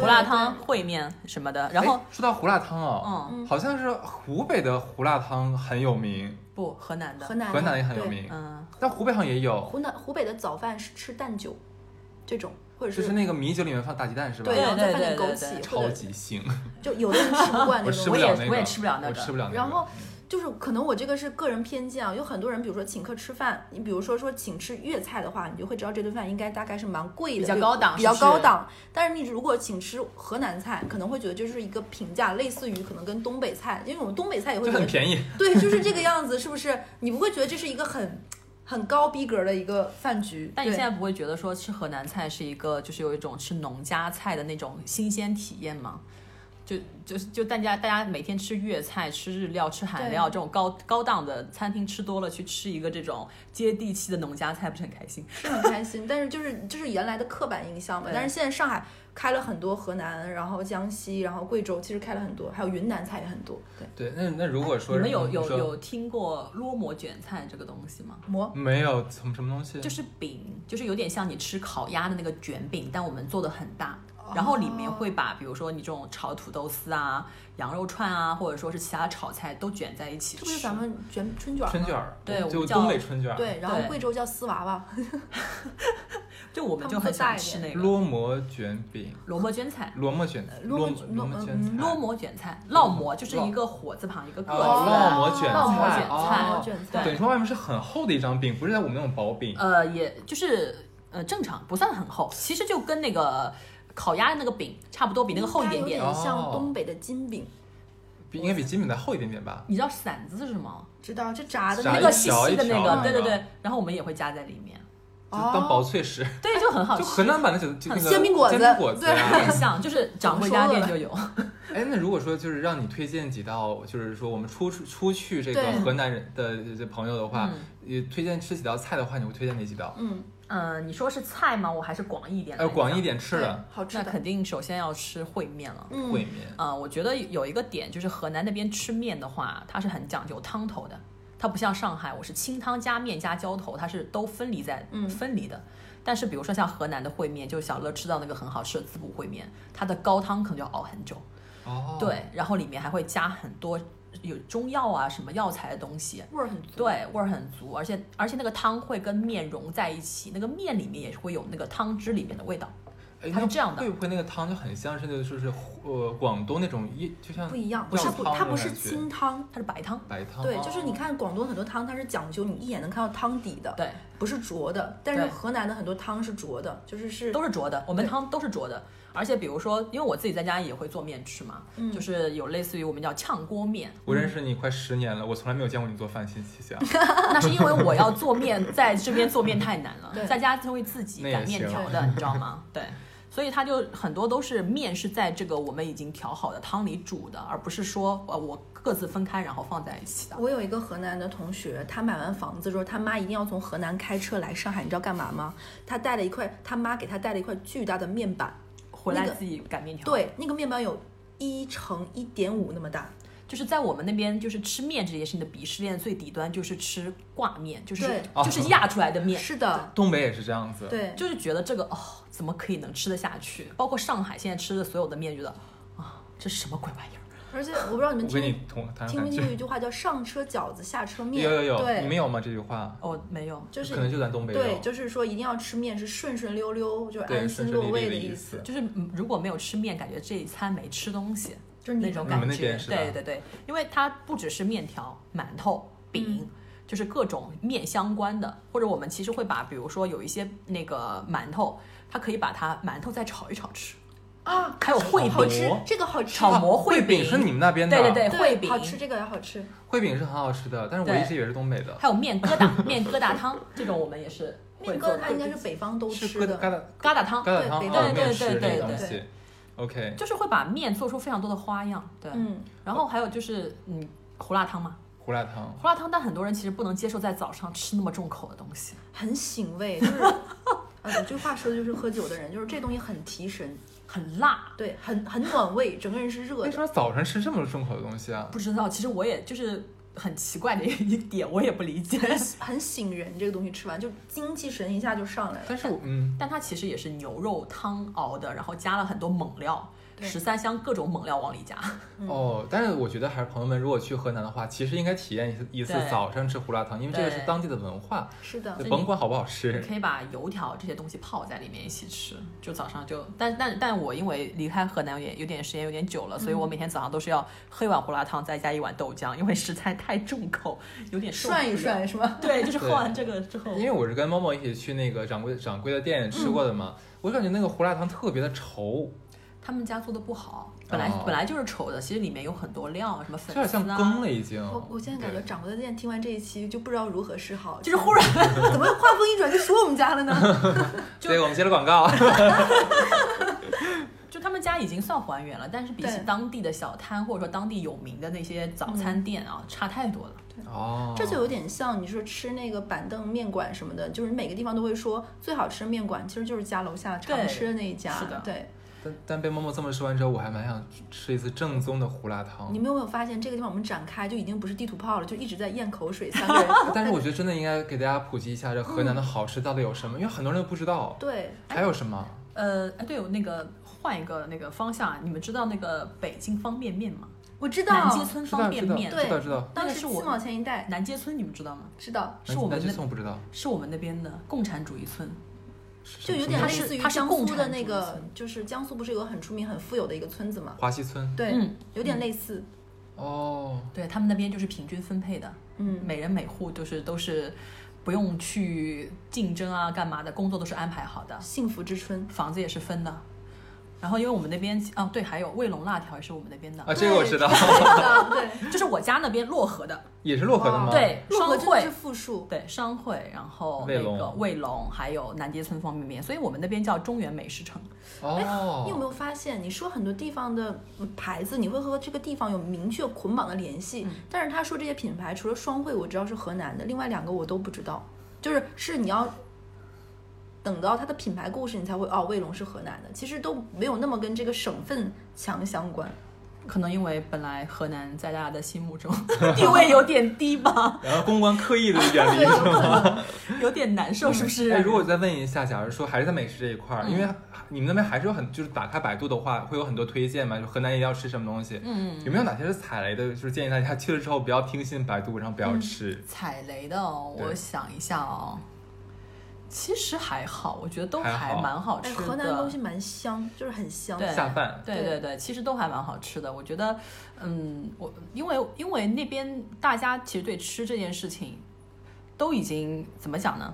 D: 胡辣汤、烩面什么的，然后
A: 哎说到胡辣汤哦，
D: 嗯，
C: 嗯
A: 好像是湖北的胡辣汤很有名，
D: 不，河南的，
C: 河
A: 嗯
C: 南
A: 河南也很有
C: 对
A: 名，
D: 嗯，
A: 但湖北好像也有，
C: 湖南湖北的早饭是吃蛋酒，这种或者
A: 就是是那个米酒里面放大鸡蛋是吧
C: 对，？然后再
D: 对
C: 放点
D: 对
C: 枸
D: 对对
C: 杞，或
A: 超
C: 者
A: 级腥，
C: 就有的人吃不惯
A: <laughs>
C: 那
A: 我
C: 种
A: 吃
C: 东
A: 不了
C: 西。
D: 我也
A: 那个，
D: 我也吃不了那个
A: 我吃不了那个。
C: 然后就是可能我这个是个人偏见啊，有很多人，比如说请客吃饭，你比如说说请吃粤菜的话，你就会知道这顿饭应该大概是蛮贵的，
D: 比较高档
C: 比较
D: 是不是
C: 高档。但是你如果请吃河南菜，可能会觉得就是一个平价，类似于可能跟东北菜，因为我们东北菜也会
A: 就
C: 觉
A: 很
C: 得
A: 便宜，
C: 对，就是这个样子，是不是？你不会觉得这是一个很很高逼格的一个饭局？
D: 但你
C: 对
D: 现在不会觉得说吃河南菜是一个就是有一种吃农家菜的那种新鲜体验吗？就就是就大家大家每天吃粤菜、吃日料、吃韩料这种高高档的餐厅吃多了，去吃一个这种接地气的农家菜，不是很开心？
C: 是很开心，但是就是就是原来的刻板印象嘛。
D: 对
C: 但是现在上海开了很多河南，然后江西，然后贵州，其实开了很多，还有云南菜也很多。对，
A: 对，那那如果说
D: 你们有
A: 你
D: 有
A: 说
D: 有听过烙馍卷菜这个东西吗？
C: 馍
A: 没有什么什么东西？
D: 就是饼，就是有点像你吃烤鸭的那个卷饼，但我们做的很大，
C: 哦
D: 然后里面会把比如说你这种炒土豆丝啊、羊肉串啊，或者说是其他炒菜都卷在一起
C: 这
D: 吃。
C: 不是咱们卷春卷吗
A: 春卷儿，
D: 对我们
A: 就
D: 叫
A: 东北春卷儿，
C: 对，然后
D: 对
C: 贵州叫丝娃娃，
D: 就我们就很想吃那个
A: 烙馍卷饼，
D: 萝卜卷菜、
A: 螺馍卷，
D: 呃
C: 螺
A: 螺
C: 螺
A: 螺
C: 嗯
A: 馍卷菜，
D: 烙馍卷菜、烙馍，就是一个火字旁一个个字。
A: 哦烙馍卷
C: 烙馍
D: 菜
C: 卷
D: 哦
C: 烙馍卷
D: 对
A: 等于
C: 菜，
A: 说外面是很厚的一张饼，不是像我们那种薄饼。
D: 呃，也就是呃正常，不算很厚，其实就跟那个烤鸭的那个饼差不多，比那个厚一点
C: 应
D: 点
C: 该。有点
A: 哦
C: 像东北的金饼，
A: 比应该比金饼再厚一点点吧。
D: 你知道馓子是什么？
C: 知道就炸的
A: 炸
C: 那
D: 那
A: 一
D: 个
C: 个
D: 细
A: 条
D: 细的那
A: 条
D: 个，
A: 那
D: 对对
A: 个
D: 对。然后我们也会加在里面，
A: 就当
C: 哦，
A: 薄脆食，
D: 对，就哦很好
A: 就
D: 吃。
A: 河南版的就就那个
C: 煎饼果子
A: 煎饼果子
D: 有
A: 啊。
D: 点像，就是掌柜家店就有。
A: 哎，那如果说就是让你推荐几道，就是说我们出出出去这个
C: 对
A: 河南人的这这朋友的话
D: 嗯，
A: 也推荐吃几道菜的话，你会推荐哪几道？
C: 嗯，
D: 嗯、你说是菜吗？我还是广义一点来
A: 呃，
D: 讲。
A: 广义点吃的
C: 好吃
D: 那
C: 的
D: 肯定首先要吃烩面了。
C: 嗯
A: 烩面，
D: 啊、我觉得有一个点就是河南那边吃面的话，它是很讲究汤头的，它不像上海，我是清汤加面加浇头，它是都分离在、
C: 嗯
D: 分离的。但是比如说像河南的烩面，就是小乐吃到那个很好吃的滋补烩面，它的高汤可能就要熬很久，
A: 哦，
D: 对，然后里面还会加很多有中药啊什么药材的东西，
C: 味儿很足。，
D: 对，味儿很足，而且而且那个汤会跟面融在一起，那个面里面也会有那个汤汁里面的味道。
A: 哎，
D: 它是
A: 那
D: 这样的
A: 会不会那个汤就很像是那个就是呃广东那种一就像
C: 不一样，
A: 嗯不
C: 它
A: 是
C: 不
A: 汤
C: 它
A: 的
C: 不是
A: 感觉
C: 清汤，
D: 它是白汤，
A: 白汤？
C: 对，
A: 哦
C: 就是你看广东很多汤，它是讲究你一眼能看到汤底的，
D: 对，
C: 不是浊的。但是
D: 对
C: 河南的很多汤是浊的，就是是
D: 都是浊的，我们
C: 对
D: 汤都是浊的。而且比如说，因为我自己在家也会做面吃嘛，
C: 嗯
D: 就是有类似于我们叫炝
C: <laughs>
D: 锅面，
A: 我认识你快十年了，我从来没有见过你做饭，谢谢谢谢啊。
D: 那是因为我要做面，在这边做面太难了
C: 对，
D: 在家就会自己
A: 那也
D: 擀面
A: 行
D: 条
A: <laughs>
D: 的，你知道吗？对。所以它就很多都是面是在这个我们已经调好的汤里煮的，而不是说呃我各自分开然后放在一起的。
C: 我有一个河南的同学，他买完房子之后，他妈一定要从河南开车来上海，你知道干嘛吗？他带了一块，他妈给他带了一块巨大的面板，
D: 回
C: 那
D: 来
C: 个
D: 自己擀面条。，
C: 对，那个面板有一乘一点五那么大，
D: 就是在我们那边，就是吃面这件事情的鄙视链最底端就是吃挂面，就是
C: 对
D: 就是压出来的面，
C: 是的，
A: 东北也是这样子，，
C: 对，
D: 就是觉得这个哦，怎么可以能吃得下去？包括上海现在吃的所有的面，觉得啊，这什么鬼玩意儿？
C: 而且我不知道你们
A: 我跟你
C: 听
A: 同谈
C: 听
A: 感
C: 没
A: 觉
C: 听过，一句话叫“上车饺子，下车面”，
A: 有有有，
C: 对，
A: 你们有吗这句话？
D: 哦，没有，
C: 就
A: 可能
C: 是
A: 就咱东北有，
C: 对，就是说一定要吃面是顺顺溜溜，就是
A: 对
C: 安
A: 顺
C: 心
A: 顺利
C: 落
A: 利
C: 胃
A: 的意
C: 意思，
A: 思。
D: 就是嗯如果没有吃面，感觉这一餐没吃东西，
C: 就是你
D: 那种感
A: 你们那
D: 觉
A: 边。是吧
D: 对对对，因为它不只是面条、馒
C: 嗯
D: 头、饼。就是各种面相关的，或者我们其实会把，比如说有一些那个馒头，它可以把它馒头再炒一炒吃，
C: 啊，
D: 还有烩
C: 好
D: 饼，
C: 吃
A: 馍，
C: 这个好吃，
D: 炒馍
A: 烩
D: 饼
A: 啊是你们那边的，
D: 对对对
C: 对
D: 烩饼
C: 好吃，这个也好吃，
A: 烩饼是很好吃的，但是我
D: 对
A: 一直以为是东北
C: 呃
A: 的，
D: 还有面疙瘩、 <laughs> 面疙瘩汤这种，我们也是会
C: 面
D: 做
C: 疙
D: 的。
C: 瘩应该是北方都
A: 是
C: 吃
A: 疙瘩
C: 的，啊
A: 疙
D: 疙瘩
A: 瘩，疙瘩汤
D: 汤
C: 对
A: 哦，
D: 对
A: 面
D: 对
A: 食
D: 对
A: 这个
D: 对
A: 东西。OK，
D: 就是会把面做出非常多的花样。对，
C: 嗯，
D: 然后还有就是嗯，胡辣汤嘛，
A: 胡辣汤，
D: 胡辣汤，但很多人其实不能接受在早上吃那么重口的东西。
C: 很醒胃，就是。呃，有句话说的就是喝酒的人，就是这东西很提神，
D: 很辣，
C: 对，很很暖胃，整个人是热
A: 为
C: 的
A: 什。么早晨吃这么重口的东西啊？
D: 不知道，其实我也就是很奇怪的一点，我也不理解。
C: 很醒人，这个东西吃完就精气神一下就上来了。
A: 但是我嗯，
D: 但它其实也是牛肉汤熬的，然后加了很多猛料，
C: 对
D: 十三香各种猛料往里加。
C: 嗯
A: 哦，但是我觉得还是朋友们，如果去河南的话，其实应该体验一次一次
D: 对
A: 早上吃胡辣汤，因为这个是
D: 对哦
A: 当地的文化，
C: 是的
A: 就，
D: 你
A: 甭管好不好
D: 你
A: 吃。
D: 可以把油条这些东西泡在里面一起吃，就早上就，但但但我因为离开河南也有点时间有点久了，所以
C: 嗯
D: 我每天早上都是要喝一碗胡辣汤，再加一碗豆浆，因为实在太重口，有点受不了
C: <laughs> 涮一。涮是吗？
D: <laughs> 对，就是喝完这个之后
A: 因，为我是跟猫猫一起去那个掌柜掌柜的店吃过的嘛，
D: 嗯
A: 我感觉那个胡辣汤特别的稠，
D: 他们家做的不好，本来、
A: 哦
D: 本来就是稠的，其实里面有很多料，什
A: 有
D: 么粉
A: 点
D: 丝
A: 像
D: 啊，
A: 羹了已经。
C: 我我现在感觉
A: 嗯对
C: 掌柜的店听完这一期就不知道如何是好，
D: 就是忽然
C: 怎么话锋一转就说我们家了呢？
D: 就
A: 对，我们接了广
D: <laughs>
A: 告。
D: 就他们家已经算还原了，但是比起
C: 对
D: 当地的小摊或者说当地有名的那些早餐店啊，差太多了。
A: 哦，
C: 这就有点像你说吃那个板凳面馆什么的，就是每个地方都会说最好吃的面馆其实就是家楼下常
D: 对
C: 吃的那一家。
D: 是的
C: 对，
A: 但但被默默这么说完之后，我还蛮想吃一次正宗的胡辣汤
D: 哦
C: 你。们有没有发现这个地方我们展开就已经不是地图炮了，就一直在咽口水，三个
D: <laughs>
C: 人。
A: 但是我觉得真的应该给大家普及一下这河南
D: 嗯
A: 的好吃到底有什么，因为很多人都不知道。
C: 对，
D: 哎
A: 还有什么？
D: 呃，哎，对，我那个换一个那个方向，啊你们知道那个北京方便面吗？
C: 我知
D: 南
C: 道，
D: 街村
A: 知
D: 方
A: 道
D: 便
A: 知道
D: 面，
A: 知道知道。
C: 当
D: 那
C: 时
D: 个
C: 七
D: 是我
C: 毛钱一袋，
D: 南街村你们知道吗？
C: 知道。
D: 是我
A: 南
D: 们
A: 京
D: 那
A: 送不知道，
D: 是我们那边的共产主义村，
C: 就有点
D: 它
A: 什么东西
C: 类
D: 是
C: 似于
D: 它是
C: 江
D: 共
C: 苏的
D: 产
C: 那
D: 主义
C: 个
D: 村，
C: 就是江苏不是有个很出名、很富有的一个村子嘛？
A: 华西村。
C: 对，
D: 嗯
C: 有点类似。
A: 哦，
D: 对他们那边就是平均分配的，
C: 嗯，
D: 每人每户就是都是不用去竞争啊，干嘛的，工作都是安排好的，
C: 幸福之
D: <laughs>
C: 春，
D: 房子也是分的。然后因为我们那边啊，对，还有卫龙辣条也是我们那边的，
A: 啊，这个我知道，
C: 对，
D: <laughs> 就是我家那边漯河的，
A: <laughs> 也啊是漯河的吗？
C: 哦
D: 对，
C: 漯河
D: 双
C: 真的
D: 汇
C: 是复数。
D: 对商会，然后
A: 卫
D: 那
A: 龙
D: 个卫龙，还有南街村方便面，所以我们那边叫中原美食城。
A: 哦，
C: 哎你有没有发现，你说很多地方的嗯牌子，你会和这个地方有明确捆绑的联系，但是他说这些品牌，除了双汇我知道是河南的，另外两个我都不知道，就是是你要等到它的品牌故事，你才会哦，卫龙是河南的，其实都没有那么跟这个省份强相关。
D: 可能因为本来河南在大家的心目中地位有点低吧，
A: 然后公关刻意的远离
C: <laughs>
A: 是吗？
D: 有点难受，是不
A: <laughs>
D: 是？
A: 哎，如果再问一下，假如说还是在美食这一块儿，因
C: 嗯
A: 为你们那边还是有很，就是打开百度的话，会有很多推荐嘛，就河南一定要吃什么东西，
D: 嗯，
A: 有没有哪些是踩雷的？就是建议大家去了之后不要听信百度，然后不要
C: 嗯
A: 吃。
D: 踩雷的、哦，
A: 对
D: 我想一下哦，其实还好，我觉得都
A: 还
D: 还
A: 好
D: 蛮好
C: 哎，
D: 吃的。
C: 河南的东西蛮香，就是很香。
D: 对
A: 下饭，
D: 对对对，其实都还蛮好吃的。我觉得，嗯，我因为因为那边大家其实对吃这件事情都已经怎么讲呢？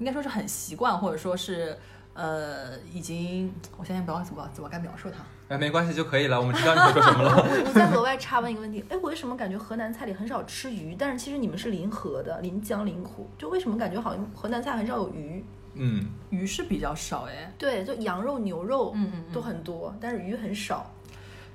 D: 应该说是很习惯，或者说是呃，已经我现在不知道怎么怎么该描述它。
A: 哎，没关系就可以了，我们知道你在说什么了。
C: <laughs> 我我再额外插问一个问题，哎，我为什么感觉河南菜里很少吃鱼？但是其实你们是临河的，临江临湖，就为什么感觉好像河南菜很少有鱼？
A: 嗯，
D: 鱼是比较少哎，
C: 对，就羊肉、牛肉
D: 嗯嗯
C: 都很多，但是鱼很少，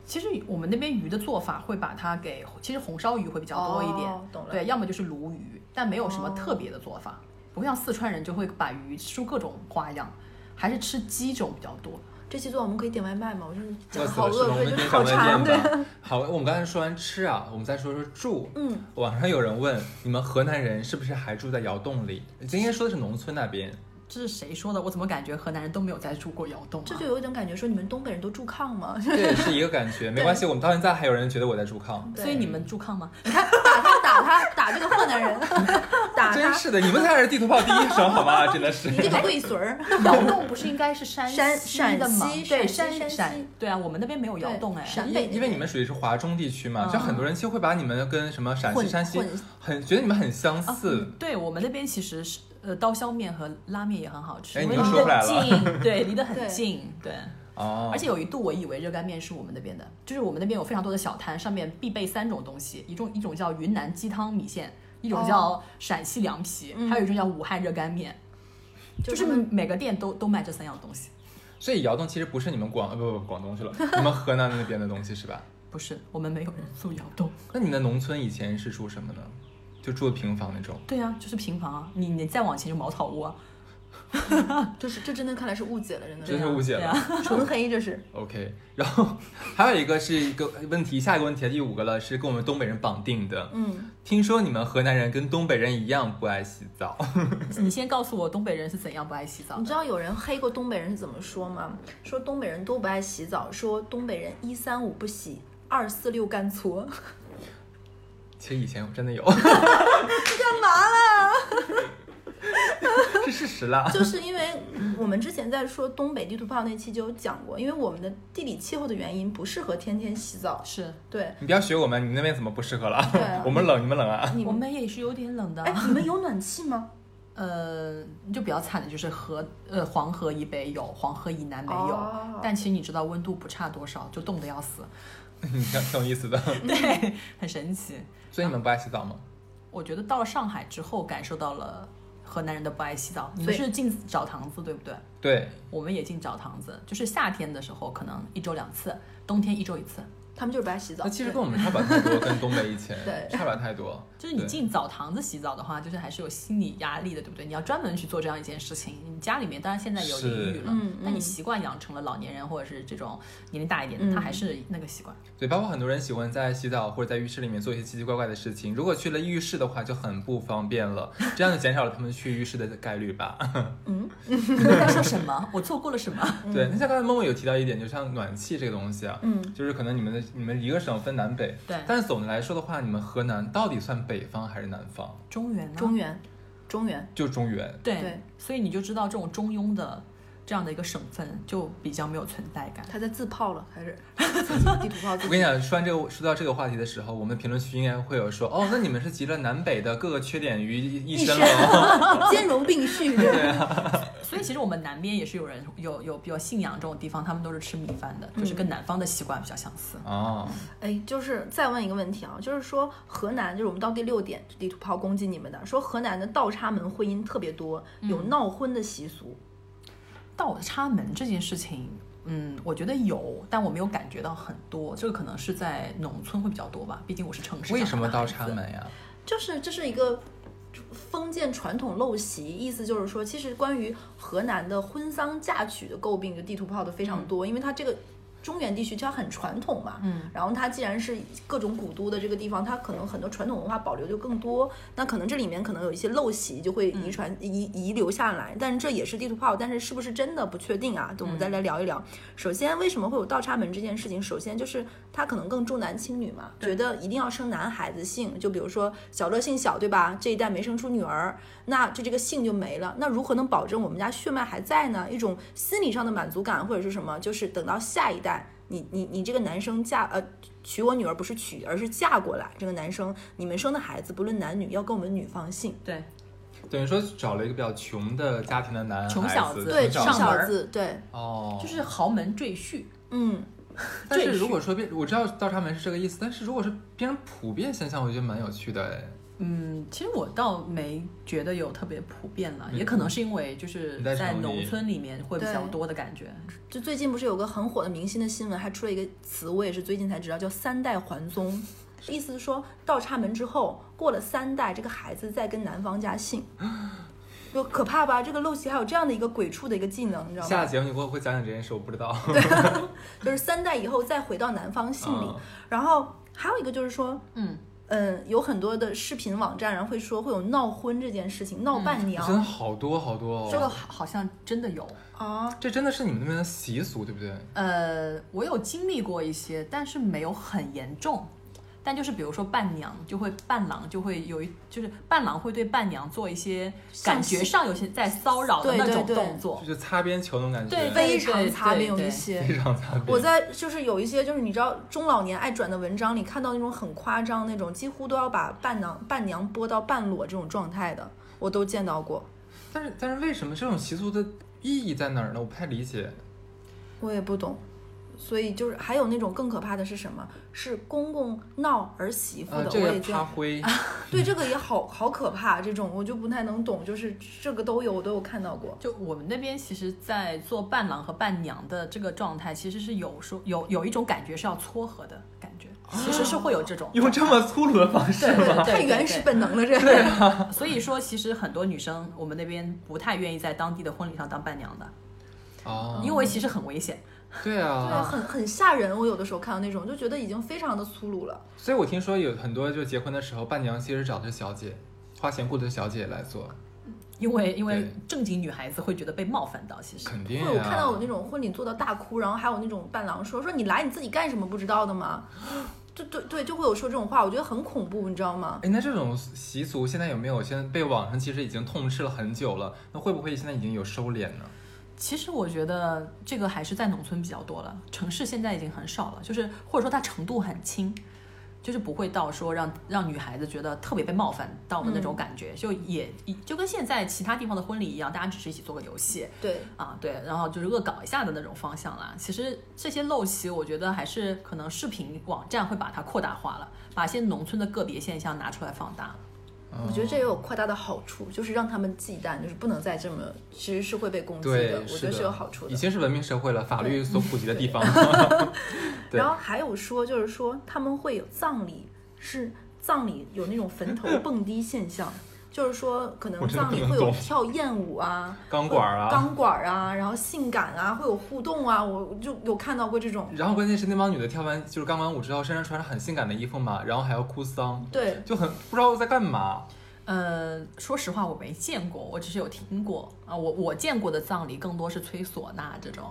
D: 其实我们那边鱼的做法会把它给，其实红烧鱼会比较多一点，
C: 哦懂了
D: 对，要么就是鲈鱼，但没有什么特别的做法，不会像四川人就会把鱼出各种花样，还是吃鸡种比较多。
C: 这期做完我们可以点外卖吗？我真的讲
A: 饿
C: 得
A: 死
C: 好
A: 了，是吗？我
C: 饿，对，
A: 们
C: 就是
A: 先
C: 好
A: 讲再
C: 馋，对。
A: 见
C: <laughs>
A: 吧。好，我们刚才说完吃啊，我们再说说住。
C: 嗯，
A: 网上有人问，你们河南人是不是还住在窑洞里？今天说的是农村那边，
D: 这是谁说的？我怎么感觉河南人都没有在住过窑洞、啊？
C: 这就有一种感觉，说你们东北人都住炕吗？ <laughs>
A: 这也是一个感觉。没关系，我们到现在还有人觉得我在住炕，
C: 对
D: 所以你们住炕吗？
C: 你看打他打他打这个河南人， <laughs> 打
A: 真
C: 他，
A: 是的，你们才是地图炮第一手好吗？真的是
C: 你。这个贵孙儿。 <laughs>
D: 窑洞不是应该是山
C: 山
D: 西的吗
C: 陕西？
D: 对，
C: 陕
D: 山
C: 西山西
D: 对啊，我们那边没有窑洞哎。
C: 对陕
A: 因
C: 北那边
A: 因为你们属于是华中地区嘛，
D: 嗯
A: 就很多人就会把你们跟什么陕西、
C: 混
A: 山西
C: 混
A: 很觉得你们很相似。
D: 对我们那边其实是呃刀削面和拉面也很好吃，
A: 哎
D: 因
A: 你
D: 为
A: 又
D: 离
A: 说回来
D: 得
A: 了
D: 近，对，离得
C: 对
D: 很近，对。
A: 哦，
D: 而且有一度我以为热干面是我们那边的，就是我们那边有非常多的小摊，上面必备三种东西，一种一种叫云南鸡汤米线，一种叫
C: 哦
D: 陕西凉皮，还有一种叫武汉热干面，
C: 嗯就
D: 就是是
C: 他们
D: 每个店都都卖这三样东西。
A: 所以窑洞其实不是你们广呃不不不广东去了，你们河南那边的东西是吧？
D: 不是，我们没有人住窑洞。
A: 那你们的农村以前是住什么呢？就住的平房那种。
D: 对啊，就是平房啊，你你再往前就茅草屋啊，
C: 就是这真的看来是误解了，真的
A: 这是误解
D: 对
A: 了。
D: 啊，
C: 纯黑这是。
A: OK，然后 <laughs> 还有一个是一个问题，下一个问题第五个了，是跟我们东北人绑定的。
C: 嗯，
A: 听说你们河南人跟东北人一样不爱洗澡， <laughs>
D: 你先告诉我东北人是怎样不爱洗澡
C: 你
D: 的？
C: 知道有人黑过东北人是怎么说吗？说东北人都不爱洗澡，说东北人一三五不洗，二四六干搓。
A: 其实以前我真的有，
C: 干嘛啦？
A: <laughs> 是事实
C: <laughs>
A: 啦。
C: 就是因为我们之前在说东北地图炮那期就有讲过，因为我们的地理气候的原因不适合天天洗澡。
D: 是
C: 对，
A: 你不要学我们，你们那边怎么不适合
C: 对啊
A: 了？我们冷，你们冷啊？ <laughs>
C: 你
D: 我
C: 们
D: 们也是有点冷
C: <laughs>
D: 的
C: 哎，，你们有暖气吗？
D: 呃，就比较惨的就是河呃黄河以北有，黄河以南没有，
C: 哦
D: 但其实你知道温度不差多少，就冻得要死，
A: 你挺挺有意思的。
D: 对，很神奇。
A: 所以你们不爱洗澡吗？
D: 我觉得到了上海之后，感受到了河南人的不爱洗澡。你
C: 所
D: 们
C: 以
D: 是进澡堂子对不对？
A: 对，
D: 我们也进澡堂子，就是夏天的时候可能一周两次，冬天一周一次。
C: 他们就是不爱洗澡
A: 那。其实跟我们差不了太多，跟东北以前
C: 对
A: 差不了太多。
D: 就是你
A: 对
D: 进澡堂子洗澡的话，就是还是有心理压力的，对不对？你要专门去做这样一件事情。你家里面当然现在有
A: 是
D: 淋浴了
C: 嗯，
D: 但
C: 嗯
D: 你习惯养成了老年人或者是这种年龄大一点
C: 嗯
D: 的，他还是那个习
C: <laughs>
D: 惯。
A: 对，包括很多人喜欢在洗澡或者在浴室里面做一些奇奇怪怪的事情。如果去了浴室的话，就很不方便了，这样就减少了他们去浴室的概率吧。
D: 你在说什么？我做过了什么？ <laughs>
A: 对，那像刚才默默有提到一点，就像暖气这个东西啊，
C: 嗯，
A: 就是可能你们的你们一个省分南北，
D: 对
A: 但是总的来说的话，你们河南到底算北方还是南方？
D: 中原呢？啊
C: 中原，中原。
A: 就中原。
D: 对，
C: 对
D: 所以你就知道这种中庸的这样的一个省份就比较没有存在感。
C: 他在自泡了，
A: <laughs>
C: 还是自己地图炮自
A: 我
C: 己
A: 跟你讲，说完这个说到这个话题的时候，我们评论区应该会有说，哦，那你们是集了南北的各个缺点于一身了哦。
C: <laughs> 兼容并蓄？对，
D: 所以其实我们南边也是有人有有比较信仰这种地方，他们都是吃米饭的，
C: 嗯
D: 就是跟南方的习惯比较相似。
A: <laughs> 哦，
C: 哎，就是再问一个问题啊，就是说河南，就是我们到第六点，地图炮攻击你们的，说河南的倒插门婚姻特别多，有
A: 嗯
C: 闹婚的习俗。
D: 倒插门这件事情，嗯，我觉得有，但我没有感觉到很多。这个可能是在农村会比较多吧，毕竟我是城
A: <laughs>
D: 市。
A: 为什么倒插？门呀？
C: 就是这是一个封建传统陋习，意思就是说，其实关于河南的婚丧嫁娶的诟病，就地图炮的非常多，因为它这个中原地区它很传统嘛，
D: 嗯，
C: 然后它既然是各种古都的这个地方，它可能很多传统文化保留就更多，那可能这里面可能有一些陋习就会遗传、遗遗留下来，但是这也是地图炮，但是是不是真的不确定啊？对，我们再来聊一聊。首先，为什么会有倒插门这件事情？首先就是他可能更重男轻女嘛，觉得一定要生男孩子姓，就比如说小乐姓小，对吧？这一代没生出女儿，那就这个姓就没了。那如何能保证我们家血脉还在呢？一种心理上的满足感或者是什么？就是等到下一代，你你你这个男生嫁呃娶我女儿不是娶，而是嫁过来，这个男生你们生的孩子不论男女要跟我们女方姓。
D: 对，
A: 等于说找了一个比较穷的家庭的男孩
D: 穷小
A: 子，
D: 子
C: 对，
D: 从
C: 穷
A: 小
D: 上门
C: 小
D: 儿
C: 子，对，
A: 哦，
D: 就是豪门赘婿，
C: 嗯，
A: 但是
D: 赘婿
A: 如果说变，我知道倒插门是这个意思，但是如果是变成普遍现象，我觉得蛮有趣的哎。
D: 嗯，其实我倒没觉得有特别普遍了，
A: 嗯
D: 也可能是因为就是
A: 你在
D: 在
A: 城里
D: 农村里面会比较
C: 对
D: 多的感觉，
C: 就最近不是有个很火的明星的新闻，还出了一个词，我也是最近才知道，叫“三代还宗”，意思是说倒插门之后过了三代，这个孩子再跟男方家姓，就可怕吧？这个陋习还有这样的一个鬼畜的一个技能，你知道
A: 哎下
C: 吗？
A: 节目你给我会讲讲这件事，我不知道。
C: 就是三代以后再回到男方姓
A: <laughs>
C: 里。
A: 嗯
C: 然后还有一个就是说，
D: 嗯，
C: 嗯，有很多的视频网站，然后会说会有闹婚这件事情，闹
D: 嗯
C: 伴娘、
A: 真的好多好多
D: 这个
A: 哦，
D: 好好像真的有。
C: 啊，
A: 这真的是你们那边的习俗，对不对？
D: 呃，我有经历过一些，但是没有很严重。但就是比如说伴娘就会伴郎就会有一就是伴郎会对伴娘做一些
C: 上
D: 感觉
C: 心
D: 上有些在骚扰的
C: 对
D: 那
C: 对
D: 种
C: 对
D: 动作
A: 就，是擦边球那种感觉，
D: 对
C: 非常
D: 对
C: 擦边
D: 对
C: 有一
D: 对
C: 些。
A: <laughs> 非常擦边。
C: 我在就是有一些就是你知道中老年爱转的文章里看到那种很夸张那种，几乎都要把伴娘伴娘播到半裸这种状态的，我都见到过。
A: 但是但是为什么这种习俗的意义在哪儿呢？我不太理解。
C: 我也不懂，所以就是还有那种更可怕的是什么？是公公闹儿媳妇
A: 呃
C: 的，，
A: 这
C: 我
A: 个
C: 也见
A: 趴。灰，
C: 对这个也好好可怕，这种我就不太能懂，就是这个都有，我都有看到过。
D: 就我们那边，其实，在做伴郎和伴娘的这个状态，其实是有说有有一种感觉是要撮合的感觉，其实是会有这种。
A: 用这么粗鲁的方式
D: 对
A: 吗？
D: 对
C: 太原始本能了，这。
D: 所以说，其实很多女生我们那边不太愿意在当地的婚礼上当伴娘的，
A: 哦，
D: 因为其实很危险。
A: 对啊，
C: 对啊，很很吓人。我有的时候看到那种，就觉得已经非常的粗鲁了。
A: 所以我听说有很多就结婚的时候，伴娘其实找的是小姐，花钱雇的小姐来做，
D: 因为因为
A: 对
D: 正经女孩子会觉得被冒犯到，其实
A: 肯定、啊。
C: 会有看到有那种婚礼做到大哭，然后还有那种伴郎说说你来你自己干什么不知道的吗？对对对，就会有说这种话，我觉得很恐怖，你知道吗？
A: 哎，那这种习俗现在有没有？现在被网上其实已经痛斥了很久了，那会不会现在已经有收敛呢？
D: 其实我觉得这个还是在农村比较多了，城市现在已经很少了，就是或者说它程度很轻，就是不会到说让让女孩子觉得特别被冒犯到的那种感觉，就也就跟现在其他地方的婚礼一样，大家只是一起做个游戏
C: 对，
D: 啊，对，然后就是恶搞一下的那种方向啦。其实这些陋习，我觉得还是可能视频网站会把它扩大化了，把一些农村的个别现象拿出来放大了。
A: 嗯
C: 我觉得这也有扩大的好处，就是让他们忌惮，就是不能再这么，其实是会被攻击
A: 对
C: 的。，我觉
A: 的
C: 得是有好处的
A: 已。经是文明社会了，法律所普及的地方。对
C: 然后还有说，就是说他们会有葬礼，是葬礼有那种坟头蹦迪现象， <laughs> 就是说可
A: 我
C: 能
A: 真的
C: 葬礼
A: 不能
C: 会有
A: 懂
C: 跳艳舞啊、
A: <laughs> 钢管儿啊
C: 钢管儿啊，然后性感啊，会有互动啊，我就有看到过这种。
A: 然后关键是那帮女的跳完就是钢管舞之后，身上穿着很性感的衣服嘛，然后还要哭丧，
C: 对，
A: 就很不知道在干嘛。
D: 呃，说实话，我没见过，我只是有听过啊。我我见过的葬礼更多是吹唢呐这种，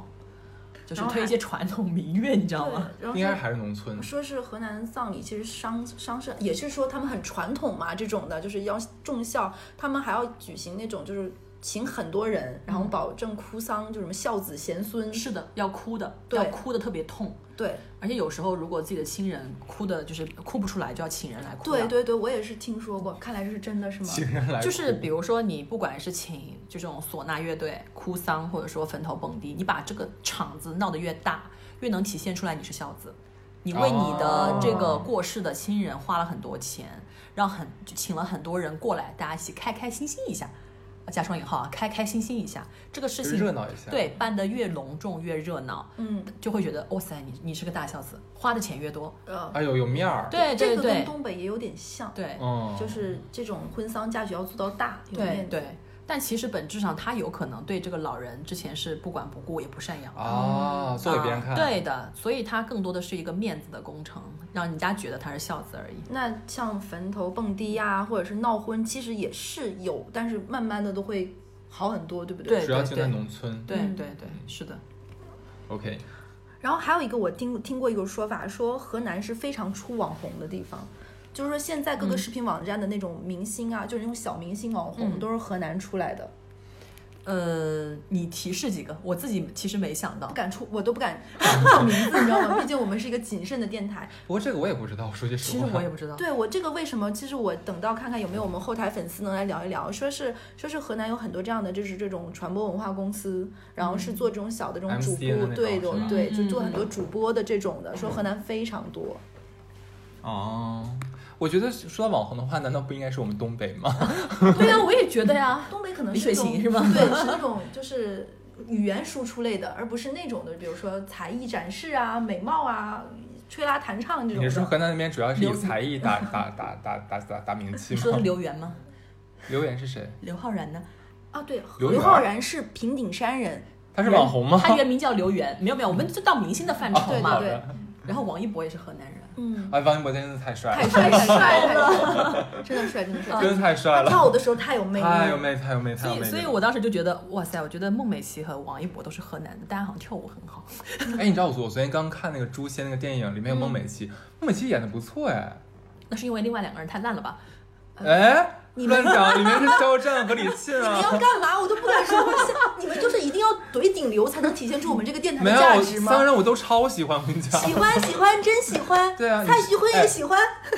D: 就是
C: 然后
D: 推一
C: 还
D: 些传统民乐，你知道吗？
C: 对，然后
A: 应该还是农村
C: 说。说是河南葬礼，其实丧丧事也是说他们很传统嘛，这种的就是要重孝，他们还要举行那种就是请很多人，然后保证哭丧，就什么孝子贤孙，
D: 嗯是的，要哭的，
C: 对
D: 要哭的特别痛，
C: 对
D: 而且有时候如果自己的亲人哭的，就是哭不出来，就要请人来哭。
C: 对。对对，我也是听说过，看来这是真的是吗？
A: 竟然来哭，
D: 就是比如说，你不管是请这种唢呐乐队、哭丧，或者说坟头蹦迪，你把这个场子闹得越大，越能体现出来你是孝子。你为你
A: 哦
D: 的这个过世的亲人花了很多钱，让很请了很多人过来，大家一起开开心心一下，加双引号啊，开开心心一下，这个事情
A: 热闹一下。
D: 对，办得越隆重越热闹，
C: 嗯，
D: 就会觉得哇、塞，你你是个大孝子，花的钱越多。
C: 呃，
A: 哎呦，有面儿。
D: 啊对
C: 这
D: 对
C: 个跟
D: 对
C: 东北也有点像，
D: 对哦
A: 嗯，
C: 就是这种婚丧嫁娶要做到大，有
D: 对
C: 面子
D: 对，但其实本质上他有可能对这个老人之前是不管不顾也不赡养的。
A: 啊，做给别人看。
D: 啊对的，所以他更多的是一个面子的工程，让人家觉得他是孝子而已。
C: 那像坟头蹦迪呀、或者是闹婚，其实也是有，但是慢慢的都会好很多，对不对？
D: 对
A: 主要就在农村。
D: 对
C: 嗯
D: 对对，是的，
A: OK，
C: 然后还有一个我听听过一个说法，说河南是非常出网红的地方，就是说现在各
A: 嗯
C: 个视频网站的那种明星啊，就是那种小明星网红，
D: 嗯
C: 都是河南出来的，
D: 呃，你提示几个？我自己其实没想
A: <laughs>
D: 到
C: 不。敢出，我都不敢 <laughs> 报名字，你知道吗？毕竟我们是一个谨慎的电台。
A: 不过这个我也不知道，说句实
D: 其
A: 话。
D: 实我也不
A: <laughs>
D: 知道，
C: 对我这个为什么？其实我等到看看有没有我们后台粉丝能来聊一聊，说是说是河南有很多这样的，就是这种传播文化公司，然后
A: 嗯
C: 是做这种小的这种
A: MCN
C: 主
A: 的
C: 播，
A: 那
C: 对
A: 种
C: 的
A: 是吧，
C: 对，就
D: 嗯
C: 做很多主播的这种的，说河南非常多。
A: 哦，我觉得说到网红的话，难道不应该是我们东北吗？
D: 对呀、我也觉得呀。
C: 东北可能
D: 李
C: 是
D: 水
C: 一种
D: 行是吗
C: 对，是
D: <laughs>
C: 那种就是语言输出类的，而不是那种的，比如说才艺展示啊、美貌啊、吹拉弹唱这
A: 你是说
C: 种的。
A: 河南那边主要是
D: 刘
A: 以才艺打打打打打打打名气
D: 你说
A: 吗
D: 的是？刘源吗？
A: 刘源是谁？
D: 刘昊然呢？
C: 啊，对，
A: 刘
C: 刘
A: 源
C: 昊然是平顶山
A: <laughs>
C: 人，
A: 他是网红吗？
D: 他原名叫刘源，没有没有，我们就到明星的范
A: 哦
D: 畴
C: 对
D: 嘛。
C: 对对，
D: 然后王一博也是河南人，
A: <laughs>
C: 嗯，
A: 哎，王一博真的是太帅
C: 太
A: 了，
C: 帅太
A: <laughs>
C: 帅了，真的帅真的帅，
A: 真的太帅
C: 他跳舞
A: 了，
C: 的时候太有魅力，
A: 太有魅力，太有魅力，太
D: 所
A: 有
D: 以
A: 魅
D: 所以
A: 力。
D: 我当时就觉得，哇塞，我觉得孟美岐和王一博都是河南的，大家好像跳舞很好。
A: 哎，你知道我昨我昨天刚看那个《诛仙》那个电影，里面有孟美岐，孟美岐演的不错哎。
D: 那是因为另外两个人太烂了吧？
A: 哎，
C: 你
A: 乱讲，里面是肖战和李沁
C: 你
A: 啊
C: 要。干嘛？我都不敢说，你们就是一定要怼顶流才能体现出我们这个电台
A: 没
C: 的
A: 有，
C: 价
A: 我
C: 值
A: 三个
C: 吗？
A: 人我都超喜欢，我跟你讲。
C: 喜欢喜欢真喜
A: <laughs>
C: 欢，
A: 对啊你
C: 蔡徐坤
A: 哎
C: 也喜欢，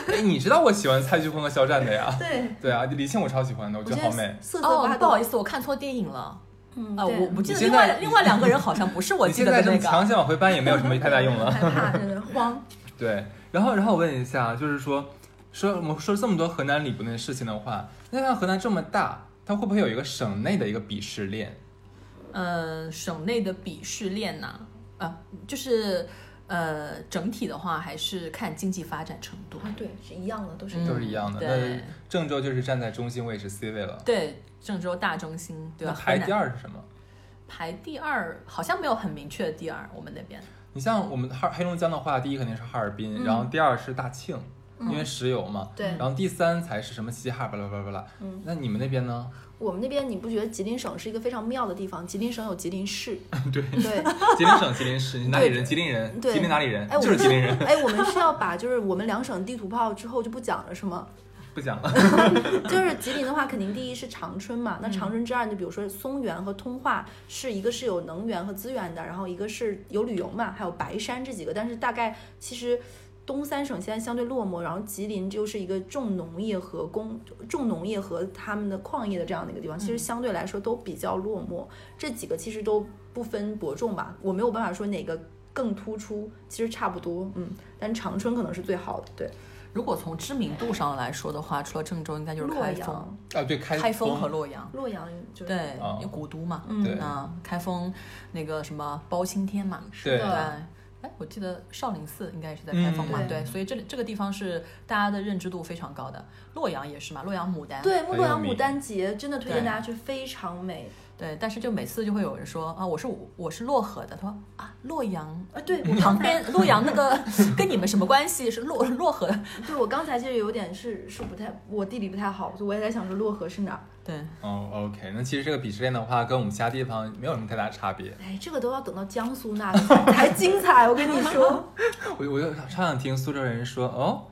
A: 哎，你知道我喜欢蔡徐坤和肖战的呀？
C: 对，
A: 对啊，李沁我超喜欢的，我
C: 我
A: 觉
C: 现
A: 得好
C: 在
A: 美。
C: 瑟瑟
D: 哦
C: 发，
D: 不好
C: 抖
D: 意。思，我看错电影了。
C: 嗯
D: 啊，
C: 对
D: 我不记得
A: 你现
D: 另
A: 在
D: 外另外两个人好像不是我
A: 你
D: 记
A: 现
D: 得
A: 在
D: 的
A: 这么
D: 那
A: 强
D: 个。
A: 行往回搬也没有什么太大用了。
C: <laughs> 害怕，真的慌。
A: 对，然后然后我问一下，就是说说我们说这么多河南礼部的事情的话，那像河南这么大，它会不会有一个省内的一个鄙视链？
D: 呃，省内的鄙视链呐、啊，就是呃，整体的话还是看经济发展程度。
C: 啊，对，是一样的，都是
D: 嗯
A: 都是一样的。
D: 对
A: 那郑州就是站在中心位置 C 位了。
D: 对，郑州大中心，对
A: 那
D: 吧？
A: 排第
D: 河南
A: 二是什么？
D: 排第二好像没有很明确的第二，我们那边。
A: 你像我们哈黑龙江的话，第一肯定是哈尔滨，
C: 嗯
A: 然后第二是大庆，因为石油嘛。
C: 对
A: 然后第三才是什么西哈巴拉巴拉巴拉。
C: 嗯
A: 那你们那边 <laughs> 呢？
C: 我们那边，你不觉得吉林省是一个非常妙的地方？吉林省有吉林市，
A: <laughs> 对，
C: 对，
A: 吉林省吉林市，你哪里人？吉林人，
C: 对
A: 吉林哪里人？
C: 哎，我
A: 就是
C: 们
A: 吉林人，
C: 哎，我们是要把就是我们两省地图炮之后就不讲了，是吗？
A: 不讲了。
C: 就是吉林的话，肯定第一是长春嘛，那长春之二，你比如说松原和通化，是一个是有能源和资源的，然后一个是有旅游嘛，还有白山这几个，但是大概其实。东三省现在相对落寞，然后吉林就是一个重农业和工重农业和他们的矿业的这样的一个地方，其实相对来说都比较落寞。这几个其实都不分伯仲吧，我没有办法说哪个更突出，其实差不多，嗯。但长春可能是最好的，对。
D: 如果从知名度上来说的话，除了郑州，应该就是
C: 洛
D: 开封、
C: 阳，
A: <laughs> 啊，对，开
D: 开封和洛阳。
C: 洛阳就是
D: 对
A: 哦，
D: 有古都嘛，
C: 嗯
A: 对
D: 那开封那个什么包青天嘛，
A: 对
D: 对。哎，我记得少林寺应该也是在开封嘛，
C: 嗯
D: 对，
C: 对
D: 所以这里这个地方是大家的认知度非常高的。洛阳也是嘛，洛阳牡丹，
C: 对，莫
A: 很
C: 洛
A: 有
C: 阳牡
A: 名
C: 丹节真的推荐
D: 对
C: 大家去，非常美。
D: 对但是就每次就会有人说啊，我是我是漯河的，他说啊，洛阳
C: 啊，对我
D: 旁边洛阳那个 <laughs> 跟你们什么关系？是洛漯河，
C: 对我刚才其实有点是是不太，我地理不太好，所以我也在想说漯河是哪儿。
D: 对，
A: 哦，OK，那其实这个鄙视链的话，跟我们其他地方没有什么太大差别。
C: 哎，这个都要等到江苏那里
D: <laughs>
C: 才才精彩，我跟你说。
A: 我我又超想听苏州人说，哦，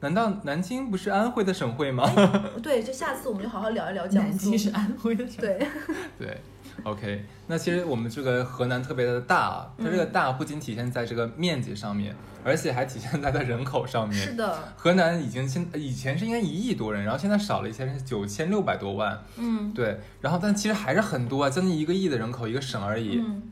A: 难道南京不是安徽的省会吗？
C: 哎对，就下次我们就好好聊一聊江
D: 南
C: 苏
D: 京。是安徽的，，
C: 对，
A: <laughs> 对，OK，那其实我们这个河南特别的大，啊它这个大不仅体现在这个面积上面，而且还体现在它人口上面。
C: 是的，
A: 河南已经现以前是应该一亿多人，然后现在少了一些，是九千六百多万。
C: 嗯
A: 对，然后但其实还是很多啊，将近一个亿的人口一个省而已。
C: 嗯，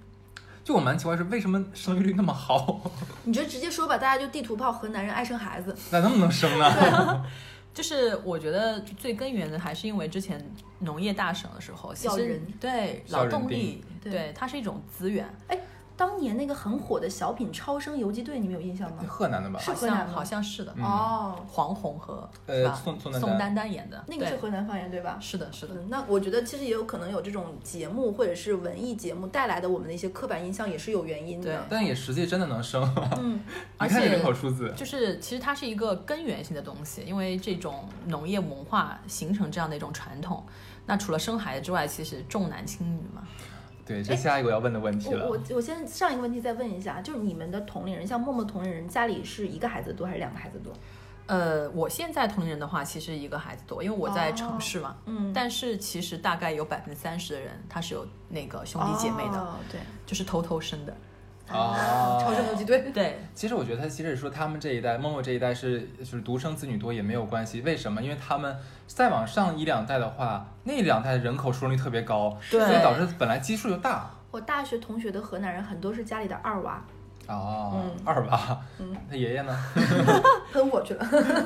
A: 就我蛮奇怪是为什么生育率那么好， <laughs>
C: 你就直接说吧，大家就地图炮河南人爱生孩子。 <laughs>
A: 那能不能生呢？
D: 就是我觉得最根源的还是因为之前农业大省的时候，其
C: 要
D: 实
C: 人
D: 对
A: 需要
D: 劳
A: 人
D: 动
A: 丁
D: 力，
C: 对
D: 对它是一种资源，
C: 当年那个很火的小品《超生游击队》，你们有印象吗？
A: 河南的吧？
C: 是
D: 好
C: 河南
D: 像
C: 吗
D: 好像是的，
A: 嗯
C: 哦，
D: 黄宏和
A: 呃
D: 是吧
A: 宋宋丹丹
D: 宋丹丹演的，
C: 那个是
D: 对
C: 河南方言对吧？
D: 是的，是的，
C: 嗯，那我觉得其实也有可能有这种节目或者是文艺节目带来的我们的一些刻板印象也是有原因的。
A: 但也实际真的能生，
C: <laughs> 嗯，
A: 你
D: 而
A: 看这
D: 且
A: 人口数字，
D: 就是其实它是一个根源性的东西，因为这种农业文化形成这样的一种传统。那除了生孩子之外，其实重男轻女嘛，
A: 对，这下一个我要问的问题
C: 哎我
A: 了。
C: 我我先上一个问题再问一下，就是你们的同龄人，像默默同龄人，家里是一个孩子多还是两个孩子多？
D: 呃，我现在同龄人的话，其实一个孩子多，因为我在城市嘛。
C: 嗯，
D: 但是其实大概有百分之三十的人，他是有那个兄弟姐妹的，
C: 哦、对，
D: 就是偷偷生的。
A: 啊
C: 超生游击队，
D: 对，
A: 其实我觉得他其实说他们这一代，默默这一代是就是独生子女多也没有关系，为什么？因为他们再往上一两代的话，那两代的人口出生率特别高，
D: 对
A: 所以导致本来基数就大。
C: 我大学同学的河南人很多是家里的二娃，
A: 哦，
C: 嗯
A: 二娃，
C: 嗯
A: 他爷爷呢？
C: <laughs> 喷我去了。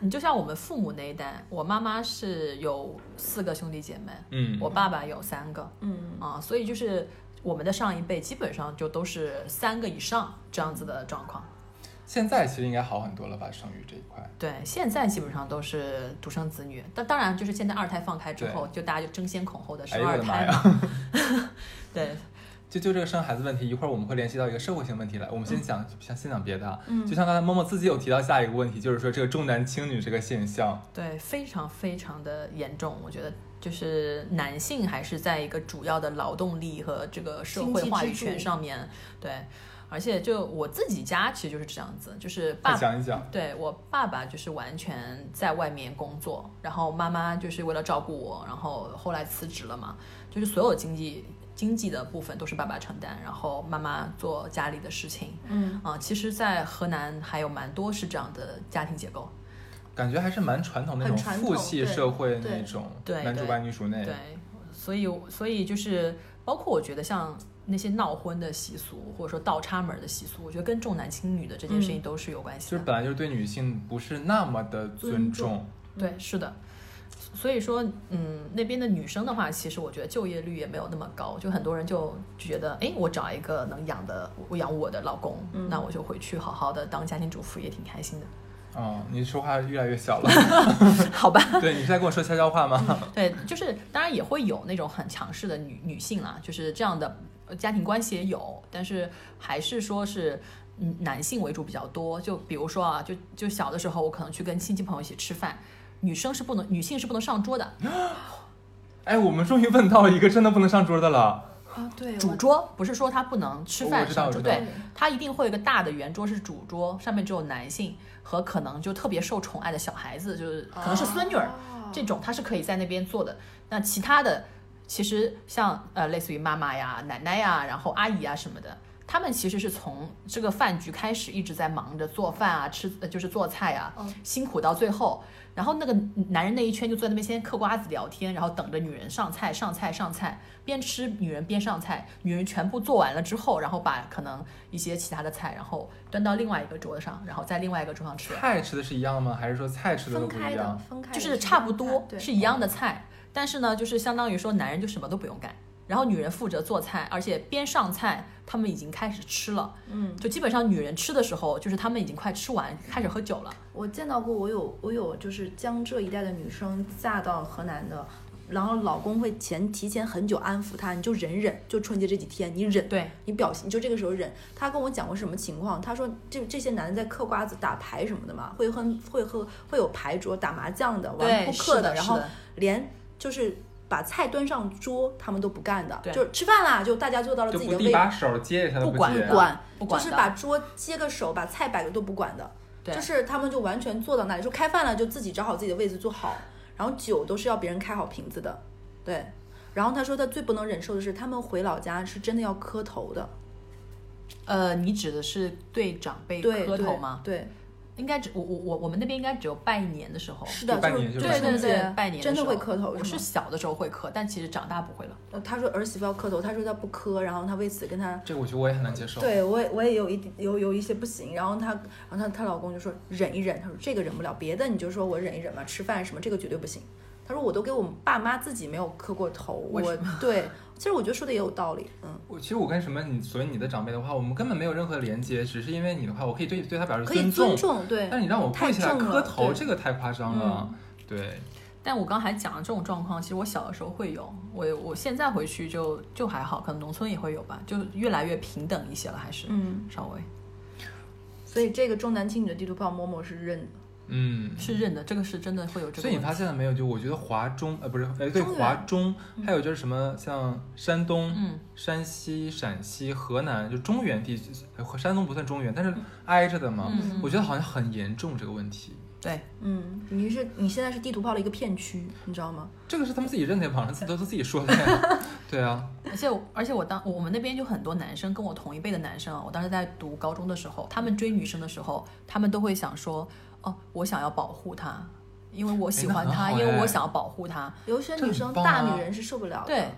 D: 你就像我们父母那一代，我妈妈是有四个兄弟姐妹，
A: 嗯，
D: 我爸爸有三个，
C: 嗯，
D: 啊，所以就是我们的上一辈基本上就都是三个以上这样子的状况。
A: 现在其实应该好很多了吧，生育这一块。
D: 对，现在基本上都是独生子女，但当然就是现在二胎放开之后，就大家就争先恐后的
A: 哎
D: 生
A: 呦我
D: 二
A: 的妈
D: 胎
A: 呀
D: 嘛。对，
A: <laughs> 就就这个生孩子问题，一会儿我们会联系到一个社会性问题来。我们
D: 嗯
A: 先讲，先先讲别的啊。嗯，就像刚才默默自己有提到下一个问题，就是说这个重男轻女这个现象。
D: 对，非常非常的严重，我觉得就是男性还是在一个主要的劳动力和这个社
C: 经
D: 会
C: 济
D: 话
C: 支
D: 语权
C: 柱
D: 上面，对，而且就我自己家其实就是这样子，就是爸
A: 快
D: 爸
A: 讲一讲，
D: 对我爸爸就是完全在外面工作，然后妈妈就是为了照顾我，然后后来辞职了嘛，就是所有经济经济的部分都是爸爸承担，然后妈妈做家里的事情。
C: 嗯，
D: 啊、其实，在河南还有蛮多是这样的家庭结构。
A: 感觉还是蛮传统的那种
C: 很传统
A: 父系社会那种，
D: 对对
A: 男主外女主内。
D: 对，所以所以就是包括我觉得像那些闹婚的习俗，或者说倒插门的习俗，我觉得跟重男轻女的这件事情都是有关系
A: 就
D: 的。
A: 是本来就是对女性不是那么的尊
C: 尊重
D: 对，是的。所以说，嗯，那边的女生的话，其实我觉得就业率也没有那么高，就很多人就就觉得，哎，我找一个能养的，我养我的老公，那我就回去好好的当家庭主妇，也挺开心的， <laughs>
A: 嗯，你说话越来越小了。 <laughs>
D: 好吧？
A: 对，你是在跟我说悄悄话
C: <laughs>
A: 吗？
D: 对，就是当然也会有那种很强势的女女性啦，就是这样的呃家庭关系也有，但是还是说是。嗯，男性为主比较多，就比如说啊，就就小的时候，我可能去跟亲戚朋友一起吃饭，女生是不能，女性是不能上桌的
A: 哎，我们终于问到一个真的不能上桌的了。
C: 啊，对，
D: 主桌不是说他不能吃
A: 我我
D: 饭
A: 知道
D: 上
A: 我
D: 桌，
A: 知道
D: 对，他一定会有一个大的圆桌是主桌，上面只有男性和可能就特别受宠爱的小孩子，就是可能是孙女
A: 哦
D: 儿、
C: 哦
D: 这种，他是可以在那边坐的。那其他的，其实像呃类似于妈妈呀、奶奶呀，然后阿姨啊什么的。他们其实是从这个饭局开始一直在忙着做饭啊，吃呃就是做菜啊，辛苦到最后。然后那个男人那一圈就坐在那边先嗑瓜子聊天，然后等着女人上菜上菜上菜，边吃女人边上菜，女人全部做完了之后，然后把可能一些其他的菜，然后端到另外一个桌子上，然后在另外一个桌上吃完。
A: 菜吃的是一样吗？还是说菜吃的都
C: 分
A: 不
C: 开
A: 一
C: 的，
A: 样？
C: 分开哦
D: 就
C: 的
D: 是差不多
C: 对，嗯
D: 是一样的菜，但是呢，就是相当于说男人就什么都不用干，然后女人负责做菜，而且边上菜他们已经开始吃了，
C: 嗯，
D: 就基本上女人吃的时候，就是他们已经快吃完，开始喝酒了。
C: 我见到过，我有我有就是江浙一带的女生嫁到河南的，然后老公会前提前很久安抚她，你就忍忍，就春节这几天你忍，
D: 对，
C: 你表现你就这个时候忍。她跟我讲过什么情况？她说这这些男的在嗑瓜子、打牌什么的嘛，会很会喝会有牌桌、打麻将的、玩扑
D: 对，
C: 克
D: 是的，
C: 然
D: 是
C: 后
D: 的
C: 连就是把菜端上桌，他们都不干的，
D: 对
C: 就是吃饭啦，就大家坐到了
A: 就
C: 自己
A: 不
C: 的
A: 递
C: 位置，
A: 把手接一下都
D: 不管
A: 接
D: 不
C: 管
D: 啊不管
C: 就是
D: 的
C: 把桌接个手，把菜摆个都不管的。
D: 对
C: 就是他们就完全坐到那里，说开饭了就自己找好自己的位置坐好，然后酒都是要别人开好瓶子的，对。然后他说他最不能忍受的是他们回老家是真的要磕头的，
D: 呃，你指的是对长辈
C: 对
D: 磕头吗？
C: 对，
D: 应该只我我我我们那边应该只有拜年的时候。
C: 是的，
A: 拜
C: 就是
A: 年就
C: 就
A: 拜
C: 是
D: 对对
C: 中
D: 对
C: 间，
D: 哦拜年
C: 真
D: 的
C: 的
D: 时候
C: 会磕头，
D: 我
C: 是
D: 是
C: 吗？
D: 小的时候会磕，但其实长大不会了。
C: 呃他说儿媳妇要磕头，他说他不磕，然后他为此跟他
A: 这个我觉得我也很难接受。
C: 对我也我也有一点有有一些不行，然后她然后她她老公就说忍一忍，她说这个忍不了，别的你就说我忍一忍吧，吃饭什么这个绝对不行。她说我都给我爸妈自己没有磕过头，
D: 为
C: 我
A: <laughs>
C: 对，其实我觉得说的也有道理，嗯，
A: 我其实我跟什么你所谓你的长辈的话，我们根本没有任何连接，只是因为你的话，我可以对对他表示
C: 可以
A: 重
C: 尊，重，对，
A: 但你让我跪下来
C: 太正
A: 磕
C: 了
A: 头，
C: 对
A: 这个太夸张了。对，
D: 但我刚才讲的这种状况，其实我小的时候会有，我我现在回去就就还好，可能农村也会有吧，就越来越平等一些了，还是
C: 嗯，
D: 稍微
C: 所以这个重男轻女的地图炮，某某是认的，
A: 嗯。
D: 是认的，这个是真的会有这
A: 所
D: 个问
A: 以
D: 题。
A: 你发现了没有？就我觉得华中，呃，不是，哎，对，
C: 中原
A: 华中，还有就是什么，像山东、
D: 嗯，
A: 山西、陕西、河南，就中原地区，呃山东不算中原，但是挨着的嘛。
D: 嗯
A: 我觉得好像很严重这个问题。
D: 对，
C: 嗯，你是你现在是地图炮的一个片区，你知道吗？
A: 这个是他们自己认的，网上自己都是自己说的呀。 <laughs> 对啊，
D: 而且我而且我当我们那边就很多男生跟我同一辈的男生啊，我当时在读高中的时候，他们追女生的时候，他们都会想说，哦，我想要保护她，因为我喜欢
A: 那很
D: 她，
A: 好
D: 因为
A: 哎
D: 我想要保护她。
C: 有一些
A: 这
C: 女
A: 很
C: 生
A: 棒
C: 大
A: 啊
C: 女人是受不了的，
D: 对，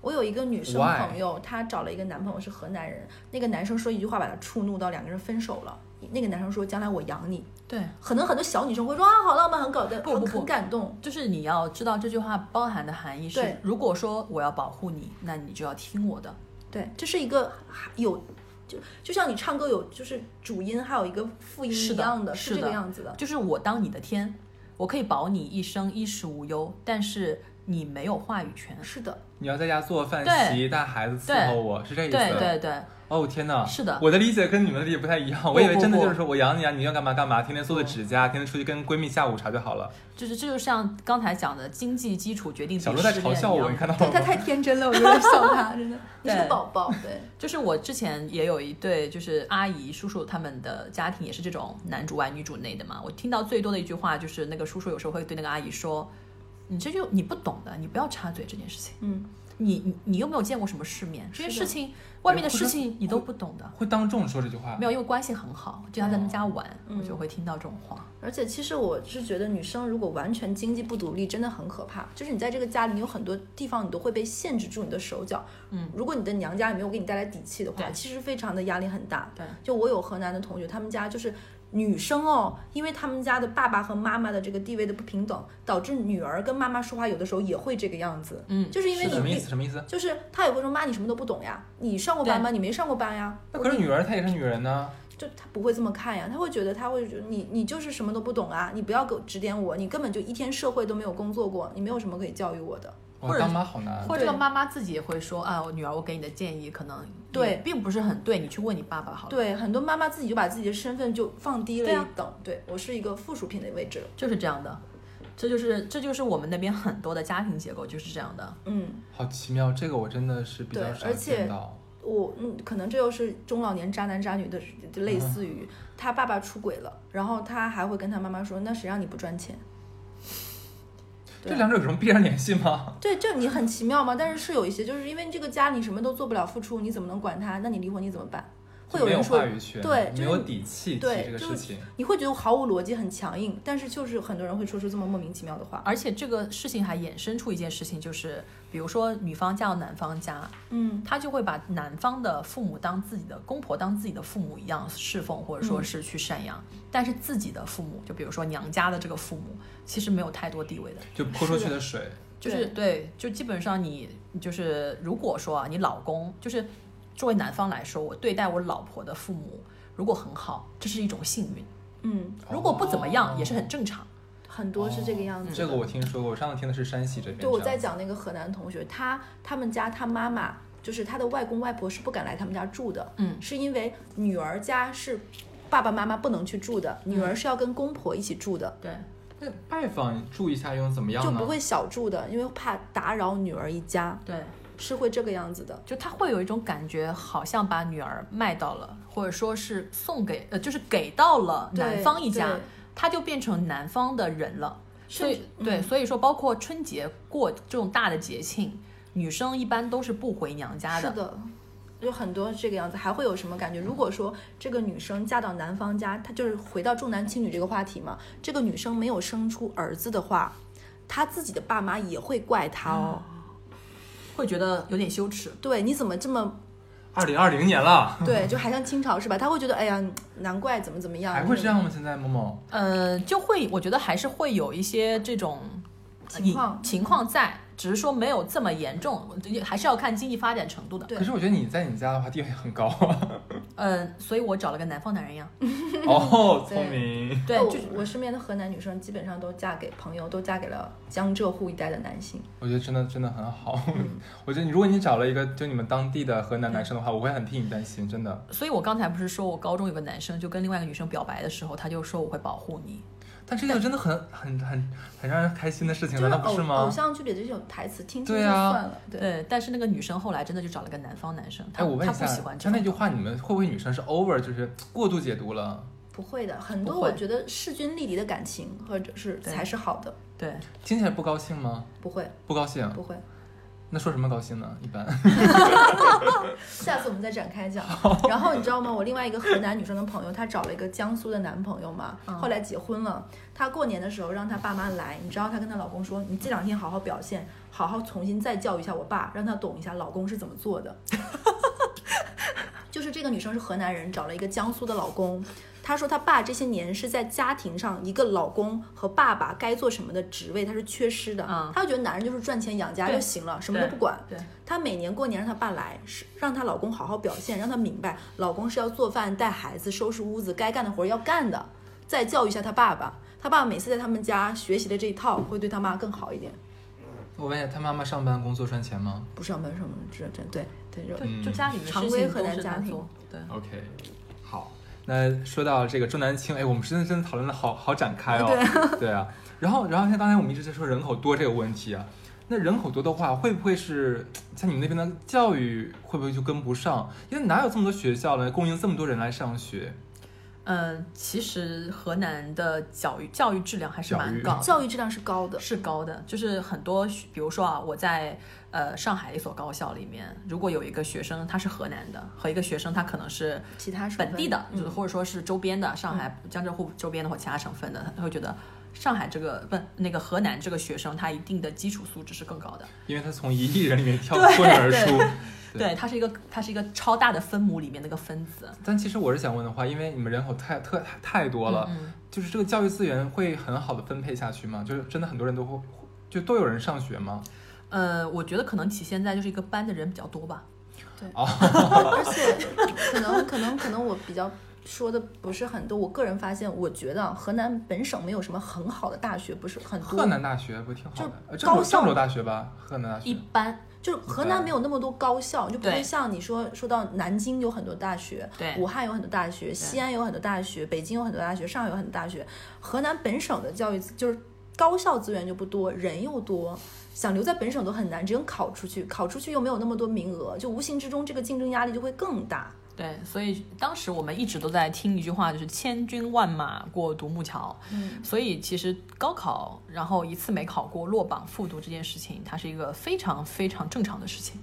C: 我有一个女生
A: Why？
C: 朋友，她找了一个男朋友是河南人，那个男生说一句话把她触怒到两个人分手了。那个男生说将来我养你，
D: 对，
C: 可能很多小女生会说啊好浪漫，很搞的，
D: 不不
C: 很
D: 不
C: 很感动。
D: 就是你要知道这句话包含的含义是
C: 对，
D: 如果说我要保护你，那你就要听我的。
C: 对，这是一个有就就像你唱歌有就是主音还有一个副音
D: 是
C: 一
D: 的
C: 样的，
D: 是
C: 这
D: 的
C: 个样子的。
D: 就是我当你的天，我可以保你一生衣食无忧，但是你没有话语权。
C: 是的，
A: 你要在家做饭、
D: 对
A: 洗衣、带孩子、伺候我，是这意
D: 对
A: 思。
D: 对对，
A: 哦天哪！
D: 是的
A: 我的理解跟你们的理解不太一样。我以为真的就是说我养你啊，你要干嘛干嘛，天天做做指甲，天天出去跟闺蜜下午茶就好了。
D: 就是这就像刚才讲的，经济基础决定
A: 小
D: 自
A: 罗
D: 己
A: 在
D: 失
A: 嘲
D: 恋
A: 笑
D: 一
A: 我，
D: 样
A: 你看到
C: 对
A: 了
C: 她
A: 吗？
C: <laughs> 太天真了，我有点笑她，真的， <laughs> 你是个
D: 对
C: 宝宝，对，
D: 就是我之前也有一对，就是阿姨叔叔他们的家庭也是这种男主外女主内的嘛。我听到最多的一句话就是那个叔叔有时候会对那个阿姨说：“你这就你不懂的，你不要插嘴这件事情。
C: 嗯，
D: 你你你又没有见过什么世面，这些
C: 是的
D: 事情外面的
A: 或者
D: 事情你都不懂的。”
A: 会当众说这句话
D: 没？有，因为关系很好，经常在他们家玩，
C: 嗯
D: 我就会听到这种话。
C: 而且，其实我是觉得，女生如果完全经济不独立，真的很可怕。就是你在这个家里，你有很多地方你都会被限制住你的手脚。
D: 嗯，
C: 如果你的娘家也没有给你带来底气的话，
D: 对
C: 其实非常的压力很大。
D: 对，
C: 就我有河南的同学，他们家就是女生哦，因为他们家的爸爸和妈妈的这个地位的不平等，导致女儿跟妈妈说话有的时候也会这个样子。
D: 嗯，
C: 就是因为
D: 是的
A: 什么
C: 你
A: 意思？什么意思？
C: 就是他也会说妈，你什么都不懂呀，你上过班吗？你没上过班呀。
A: 那可是女儿她也是女人呢、
C: 就他不会这么看呀，他会觉得他会觉得你你就是什么都不懂啊，你不要给我指点我，你根本就一天社会都没有工作过，你没有什么可以教育我的。
A: 哇
D: 或者
A: 当妈好难。
D: 或者这
C: 啊对
D: 个妈妈自己也会说啊，我女儿，我给你的建议可能也
C: 对
D: 并不是很对，你去问你爸爸好了。，
C: 对，很多妈妈自己就把自己的身份就放低了
D: 对啊
C: 一等，对,、我是一个附属品的位置了。
D: 就是这样的，这就是这就是我们那边很多的家庭结构就是这样的。
C: 嗯，
A: 好奇妙，这个我真的是比较
C: 对
A: 少
C: 而且
A: 见到。
C: 我嗯，可能这又是中老年渣男渣女的，就类似于他爸爸出轨了，然后他还会跟他妈妈说，那谁让你不赚钱？对啊
A: 这两者有什么必然联系吗？
C: 对，这你很奇妙嘛，但是是有一些，就是因为这个家你什么都做不了，付出你怎么能管他？那你离婚你怎么办？会
A: 没有
C: 人说
A: 话语权，
C: 对就是
A: 没有底气提
C: 对
A: 这个
C: 就
A: 事
C: 是
A: 情。
C: 你会觉得毫无逻辑、很强硬，但是就是很多人会说出这么莫名其妙的话。
D: 而且这个事情还衍生出一件事情，就是比如说女方嫁到男方家，
C: 嗯，
D: 她就会把男方的父母当自己的公婆当自己的父母一样侍奉，或者说
C: 嗯
D: 是去赡养，但是自己的父母，就比如说娘家的这个父母，其实没有太多地位的。
A: 就泼出去的水，
D: 就是对，就基本上你就是如果说啊，你老公就是作为男方来说，我对待我老婆的父母如果很好，这是一种幸运；
C: 嗯，
D: 如果不怎么样，
A: 哦
D: 也是很正常。
C: 很多是这个
D: 嗯
C: 样子的。
A: 这个我听说过，我上次听的是山西这边。
C: 对我在，讲那个河南同学，他他们家他妈妈就是他的外公外婆是不敢来他们家住的，
D: 嗯
C: 是因为女儿家是爸爸妈妈不能去住的，
D: 嗯
C: 女儿是要跟公婆一起住的，
D: 对，
A: 那拜访住一下又能怎么样
C: 就
A: 呢？
C: 不会小住的，因为怕打扰女儿一家，
D: 对，
C: 是会这个样子的。
D: 就他会有一种感觉，好像把女儿卖到了，或者说是送给呃，就是给到了
C: 对
D: 男方一家
C: 对，
D: 他就变成男方的人了。所以
C: 甚至
D: 对，
C: 嗯
D: 所以说包括春节过这种大的节庆，女生一般都是不回娘家
C: 是的，有很多这个样子，还会有什么感觉？如果说这个女生嫁到男方家，她就是回到重男轻女这个话题嘛，这个女生没有生出儿子的话，她自己的爸妈也会怪她哦。
A: 嗯
D: 会觉得有点羞耻。
C: 对，你怎么这么
A: 二零二零年了，
C: 对？就还像清朝是吧？她会觉得，哎呀，难怪怎么怎么样，
A: 还会这样吗？现在某某，
D: 呃，就会我觉得还是会有一些这种呃
C: 情况
D: 情况在，只是说没有这么严重，也还是要看经济发展程度的。
C: 对
A: 可是我觉得你在你家的话地位很高
C: <laughs>
A: 啊。
D: 嗯、所以我找了个南方男人呀。
A: 哦，
C: 对
A: 聪明。
D: 对，
C: 我
D: 就是
C: 我身边的河南女生基本上都嫁给朋友，都嫁给了江浙沪一带的男性。嗯
A: 我觉得真的真的很好。我觉得你如果你找了一个就你们当地的河南男生的话，我会很替你担心，真的。
D: 所以我刚才不是说我高中有个男生就跟另外一个女生表白的时候，他就说我会保护你。
A: 但这个真的很很很很让人开心的事情，
C: 就
A: 难道不
C: 偶
A: 是
C: 偶
A: 吗？
C: 像剧里的这种台词，听听就
A: 对啊
C: 算了。对，
D: 对，但是那个女生后来真的就找了个南方男生，
A: 哎，
D: 她
A: 我问
D: 她
A: 一
D: 不
A: 下
D: 喜欢，这
A: 刚才那
D: 种。
A: 句话你们会不会女生是 over 就是过度解读了？
C: 不会的，很多
D: 不会
C: 我觉得势均力敌的感情，或者是
D: 对
C: 才是好的。
D: 对，
A: 听起来不高兴吗？
C: 不会，
A: 不高兴，
C: 不会。
A: 那说什么高兴呢？一般
C: 下次我们再展开讲。然后你知道吗？我另外一个河南女生的朋友，她找了一个江苏的男朋友嘛，
D: 嗯
C: 后来结婚了。她过年的时候让她爸妈来，你知道她跟她老公说：“你这两天好好表现，好好重新再教育一下我爸，让他懂一下老公是怎么做的。” <laughs> 就是这个女生是河南人，找了一个江苏的老公。她说她爸这些年是在家庭上一个老公和爸爸该做什么的职位，她是缺失的。
D: 嗯
C: 她就觉得男人就是赚钱养家就
D: 对
C: 行了，什么都不管。
D: 对，
C: 她每年过年让她爸来，是让她老公好好表现，让她明白老公是要做饭、带孩子、收拾屋子，该干的活儿要干的，再教育一下她爸爸。她爸每次在他们家学习的这一套，会对她妈更好一点。
A: 我问一下，他妈妈上班工作赚钱吗
C: 不上班什么这这对对这种
A: 嗯
D: 就就家里面
C: 常
D: 事
C: 规
D: 情
C: 河
D: 都
C: 南
D: 是
C: 家
D: 她
C: 庭
D: 做。对，
A: ？OK，好。那说到这个重男轻，哎，我们真的真的讨论的好好展开哦。 <laughs> 对啊，然后然后像刚才我们一直在说人口多这个问题啊，那人口多的话，会不会是像你们那边的教育会不会就跟不上？因为哪有这么多学校呢，供应这么多人来上学？
D: 嗯、其实河南的教育教育质量还是
A: 教育
D: 蛮高的，
C: 教育质量是高的。
D: 是高的，就是很多学，比如说啊，我在呃上海一所高校里面，如果有一个学生他是河南的，和一个学生他可能是
C: 其他省份
D: 本地的，
C: 嗯
D: 就是或者说是周边的，上海、江浙沪周边的或其他省份的，他会觉得上海这个不那个河南这个学生他一定的基础素质是更高的，
A: 因为他从一亿人里面跳
D: 对
A: 脱颖而出。对
D: 对，它是一个它是一个超大的分母里面那个分子，
A: 但其实我是想问的话，因为你们人口太特太太多了，
D: 嗯
A: 就是这个教育资源会很好的分配下去吗？就是真的很多人都会，就都有人上学吗？
D: 呃，我觉得可能体现在就是一个班的人比较多吧，
C: 而且可能 <laughs> 可能可能我比较说的不是很多，我个人发现，我觉得啊河南本省没有什么很好的大学，不是很多。
A: 河南大学不挺好
C: 就
A: 的？呃郑州
C: 高校
A: 郑州大学吧，河南大
D: 一
A: 学。
D: 般
C: 就是河南没有那么多高校，就不会
D: 对
C: 像你说说到南京有很多大学，
D: 对
C: 武汉有很多大学，西安有很多大学，北京有很多大学，上海有很多大学。河南本省的教育资就是高校资源就不多，人又多，想留在本省都很难，只能考出去，考出去又没有那么多名额，就无形之中这个竞争压力就会更大。
D: 对，所以当时我们一直都在听一句话，就是“千军万马过独木桥”。
C: 嗯，
D: 所以其实高考，然后一次没考过落榜复读这件事情，它是一个非常非常正常的事情。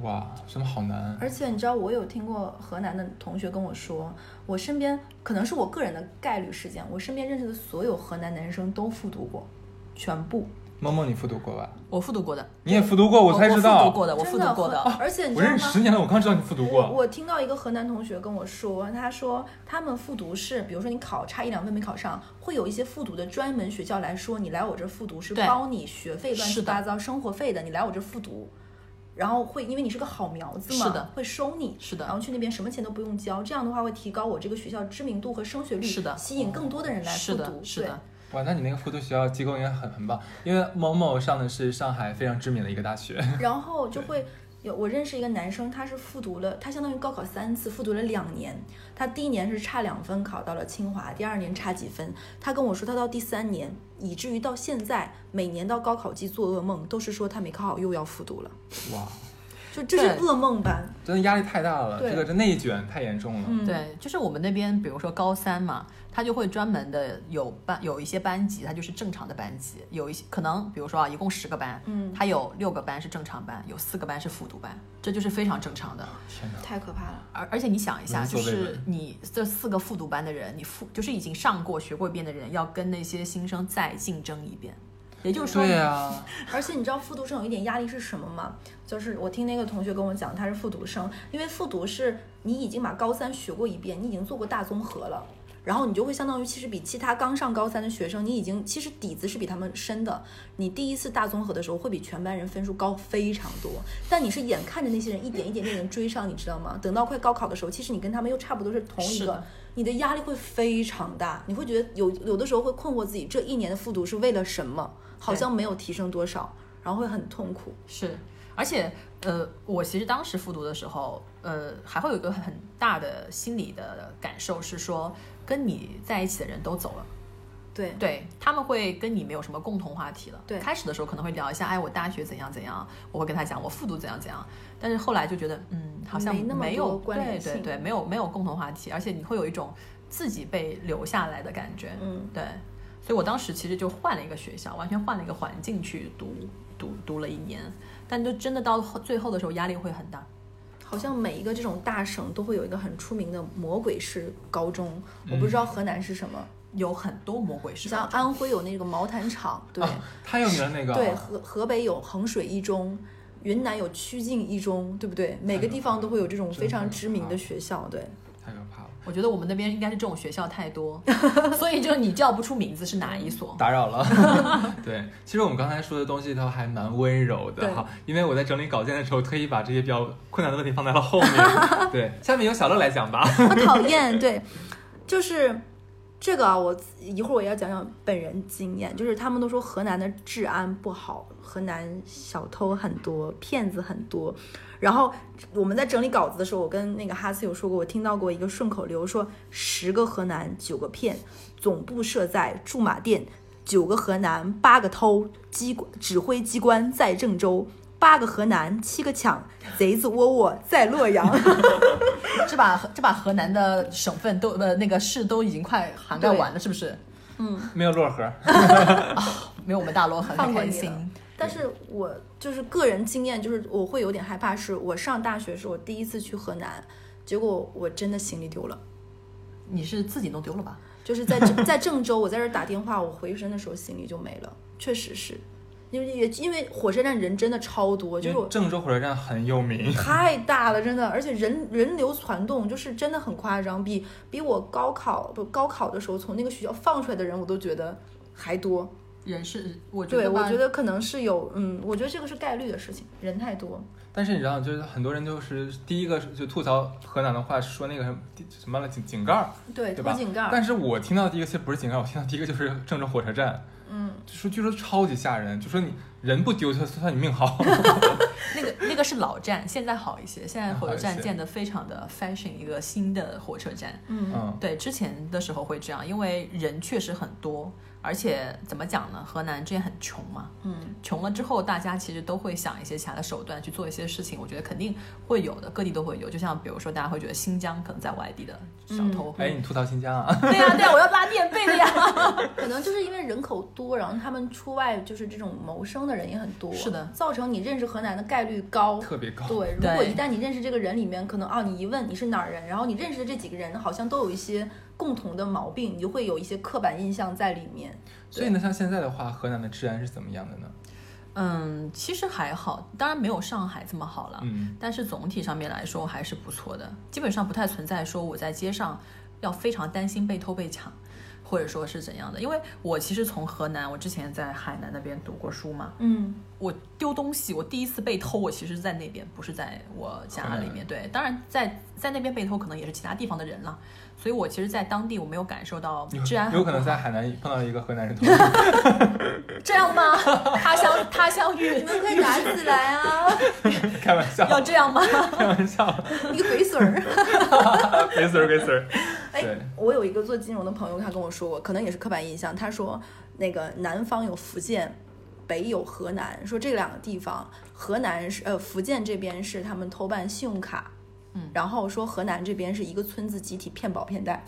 A: 哇，真的好难。
C: 而且你知道，我有听过河南的同学跟我说，我身边可能是我个人的概率事件，我身边认识的所有河南男生都复读过，全部。
A: 猫猫，你复读过吧？
D: 我复读过的，
A: 你也复读过，
D: 我
A: 才知
D: 我复
A: 道
D: 读。过的，我复读过
C: 真
D: 的。 <laughs>
C: 河而且你
A: 我
C: 知道
A: 认识
C: 吗
A: 十？年了，我刚知道你复读
C: <laughs>
A: 过。
C: 我听到一个河南同学跟我说，他说他们复读是，比如说你考差一两分没考上，会有一些复读的专门学校来说，你来我这复读是
D: 对
C: 包你学费乱七
D: 是的
C: 八糟生活费的，你来我这复读，然后会因为你是个好苗子嘛，
D: 是的
C: 会收你，
D: 是的
C: 然后去那边什么钱都不用交，这样的话会提高我这个学校知名度和升学率，
D: 是的
C: 吸引更多的人来
D: 是
C: 复
D: 的
C: 读，，
D: 是
C: 对
D: 的，
A: 哇，那你那个复读学校机构应该很很棒，因为某某上的是上海非常知名的一个大
C: <laughs>
A: 学。
C: 然后就会有我认识一个男生，他是复读了，他相当于高考三次，复读了两年。他第一年是差两分考到了清华，第二年差几分。他跟我说，他到第三年，以至于到现在，每年到高考季做噩梦，都是说他没考好又要复读了。
A: 哇，
C: 就这是
D: 对
C: 噩梦般。
A: 真的压力太大了，
C: 对
A: 这个这内卷太严重了。
C: 嗯，，
D: 对，就是我们那边，比如说高三嘛，他就会专门的有班，有一些班级，它就是正常的班级，有一些可能，比如说啊，一共十个班，
C: 嗯
D: 它有六个班是正常班，有四个班是复读班，这就是非常正常的。
A: 天哪，
C: 太可怕了。
D: 而而且你想一下，
A: 闻
D: 就
A: 所未
D: 是
A: 闻
D: 你这四个复读班的人，你复就是已经上过、学过一遍的人，要跟那些新生再竞争一遍，也就是说，
A: 对啊，
C: 而且你知道复读生有一点压力是什么吗？就是我听那个同学跟我讲，他是复读生，因为复读是你已经把高三学过一遍，你已经做过大综合了。然后你就会相当于，其实比其他刚上高三的学生，你已经其实底子是比他们深的。你第一次大综合的时候，会比全班人分数高非常多，但你是眼看着那些人一点一点一点地追上，你知道吗？等到快高考的时候，其实你跟他们又差不多是同一
D: 是
C: 个
D: 的，
C: 你的压力会非常大，你会觉得有有的时候会困惑自己，这一年的复读是为了什么？好像没有提升多少，然后会很痛苦。
D: 是，而且呃，我其实当时复读的时候，呃，还会有一个很大的心理的感受是说，跟你在一起的人都走了。
C: 对，
D: 对他们会跟你没有什么共同话题了。
C: 对
D: 开始的时候可能会聊一下，哎，我大学怎样怎样，我会跟他讲我复读怎样怎样，但是后来就觉得，嗯，好像
C: 没那么
D: 没有
C: 多关联
D: 对对
C: 性
D: 对，没有没有共同话题，而且你会有一种自己被留下来的感觉。
C: 嗯，
D: 对，所以我当时其实就换了一个学校，完全换了一个环境去读读读了一年，但就真的到后最后的时候压力会很大。
C: 好像每一个这种大省都会有一个很出名的魔鬼式高中，我不知道河南是什么，
D: 有很多魔鬼式
C: 像
D: 高中
C: 安徽有那个毛毯厂，对、
A: 啊太有名了那个，
C: 对，河河北有衡水一中。云南有曲靖一中，对不对？每个地方都会有这种非常知名的学校，对。
A: 太可怕了，
D: 我觉得我们那边应该是这种学校太
C: <laughs>
D: 多，所以就是你叫不出名字是哪一所。
A: 打 <laughs> 扰了。对，其实我们刚才说的东西都还蛮温柔的
C: 对
A: 哈，因为我在整理稿件的时候特意把这些比较困难的问题放在了后 <laughs> 面。对，下面由小乐来讲吧。
C: 我讨厌，对，就是这个啊，我一会儿我要讲讲本人经验，就是他们都说河南的治安不好，河南小偷很多，骗子很多。然后我们在整理稿子的时候，我跟那个哈斯有说过，我听到过一个顺口溜，说十个河南九个骗，总部设在驻马店，九个河南八个偷，机关指挥机关在郑州，八个河南七个抢，贼子窝窝在洛阳。
D: 这把这把河南的省份都呃那个市都已经快涵盖完了，是不是？
A: <laughs> 没有摞盒，
D: 没有我们大罗很
C: 放过
D: 开
C: 你
D: 心。
C: 但是我就是个人经验，就是我会有点害怕，是我上大学时候我第一次去河南，结果我真的行李丢了。
D: 你是自己弄丢了吧？
C: 就是在
D: <laughs>
C: 郑在郑州，我在这儿打电话，我回身的时候行李就没了，确实是，因为也因为火车站人真的超多，就
A: 因
C: 是
D: 嗯
A: 为
C: 我
A: 郑州火车站很有名。
C: 太大了，真的，而且人人流攒动，就是真的很夸张，比比我高考不高考的时候从那个学校放出来的人，我都觉得还多。
D: 人是我觉得
C: 对，我
D: 吧
C: 觉得可能是有，嗯，我觉得这个是概率的事情，人太多。
A: 但是你知道，就是很多人就是第一个就吐槽河南的话，说那个什么什么了井井盖儿，
C: 对，
A: 对
C: 偷
A: 吧
C: 井盖儿。
A: 但是我听到第一个其实不是井盖儿，我听到第一个就是郑州火车站，
C: 嗯，
A: 就说据说超级吓人，就说你人不丢，就算你命 <laughs> 好。
D: 那个那个是老站，现在好一些。现在火车
A: 好一
D: 站
A: 些
D: 建得非常的 fashion，一个新的火车站。
C: 嗯，
A: 嗯，
D: 对，之前的时候会这样，因为人确实很多，而且怎么讲呢？河南之前很穷嘛，
C: 嗯，
D: 穷了之后，大家其实都会想一些其他的手段去做一些事情，我觉得肯定会有的，各地都会有。就像比如说，大家会觉得新疆可能在外地的小偷，
A: 哎，你吐槽新疆啊？ <laughs>
D: 对呀、对呀、我要拉垫背的呀。
C: <laughs> 可能就是因为人口多，然后他们出外就是这种谋生的人也很多，
D: 是的
C: 造成你认识河南的概率高。
A: 特别高。
C: 对，如
D: 对
C: 果一旦你认识这个人里面，可能啊，你一问你是哪儿人，然后你认识的这几个人好像都有一些共同的毛病，你就会有一些刻板印象在里面。
A: 所以呢，像现在的话，河南的治安是怎么样的呢？
D: 嗯，其实还好，当然没有上海这么好了，
A: 嗯，
D: 但是总体上面来说还是不错的，基本上不太存在说我在街上要非常担心被偷被抢，或者说是怎样的。因为我其实从河南，我之前在海南那边读过书嘛，
C: 嗯，
D: 我丢东西，我第一次被偷，我其实是在那边，不是在我家里面。对，当然在在那边被偷，可能也是其他地方的人了。所以我其实，在当地我没有感受到
A: 有
D: 治安很
A: 有可能
D: 不好
A: 在海南碰到一个河南人偷。
D: <laughs> 这样吗？他乡他乡遇
C: <laughs> 你们快打起来啊！ <laughs>
A: 开玩笑，
D: 要这样吗？
A: 开玩
D: <laughs>
A: 笑，
C: 一个鬼水儿。
A: 没事儿没事儿。
C: 哎
A: 对，
C: 我有一个做金融的朋友，他跟我说过，可能也是刻板印象。他说那个南方有福建，北有河南，说这两个地方，河南是呃福建这边是他们偷办信用卡，
D: 嗯
C: 然后说河南这边是一个村子集体骗保骗贷，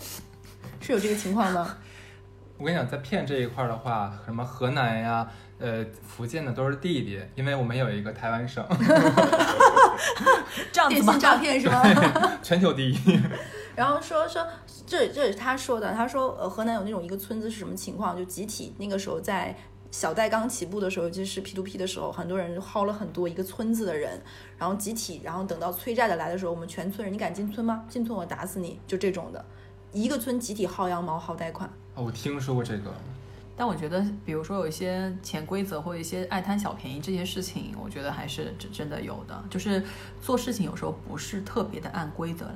C: 是有这个情况 <laughs> 吗？
A: 我跟你讲，在骗这一块儿的话，什么河南呀、呃福建的都是弟弟，因为我们有一个台湾省，
D: 这样子
C: 电
D: 吗
C: 信？诈骗 <laughs> 是吗？
A: 全球第一。
C: 然后说说这这也是他说的，他说呃河南有那种一个村子是什么情况，就集体那个时候在。小贷刚起步的时候，尤其是 P to P 的时候，很多人就薅了很多一个村子的人，然后集体，然后等到催债的来的时候，我们全村人，你敢进村吗？进村我打死你，就这种的，一个村集体薅羊毛、薅贷款。
A: 哦，我听说过这个，
D: 但我觉得，比如说有一些潜规则或者一些爱贪小便宜这些事情，我觉得还是真真的有的。就是做事情有时候不是特别的按规则来。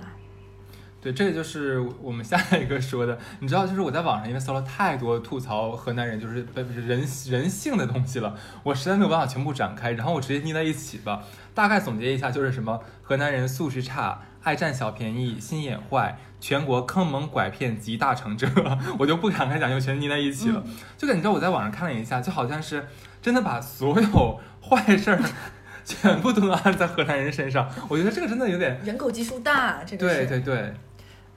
A: 对，这个就是我们下一个说的。你知道，就是我在网上因为搜了太多吐槽河南人就是不是人人性的东西了，我实在没有办法全部展开，然后我直接腻在一起吧。大概总结一下，就是什么河南人素质差，爱占小便宜，心眼坏，全国坑蒙拐骗集大成者。 <laughs> 我就不展开讲，就全腻在一起了。就感觉我在网上看了一下，就好像是真的把所有坏事儿 <laughs> 全部都能按在河南人身上。我觉得这个真的有点，
C: 人口基数大，啊这个
A: 对
C: 是
A: 对对。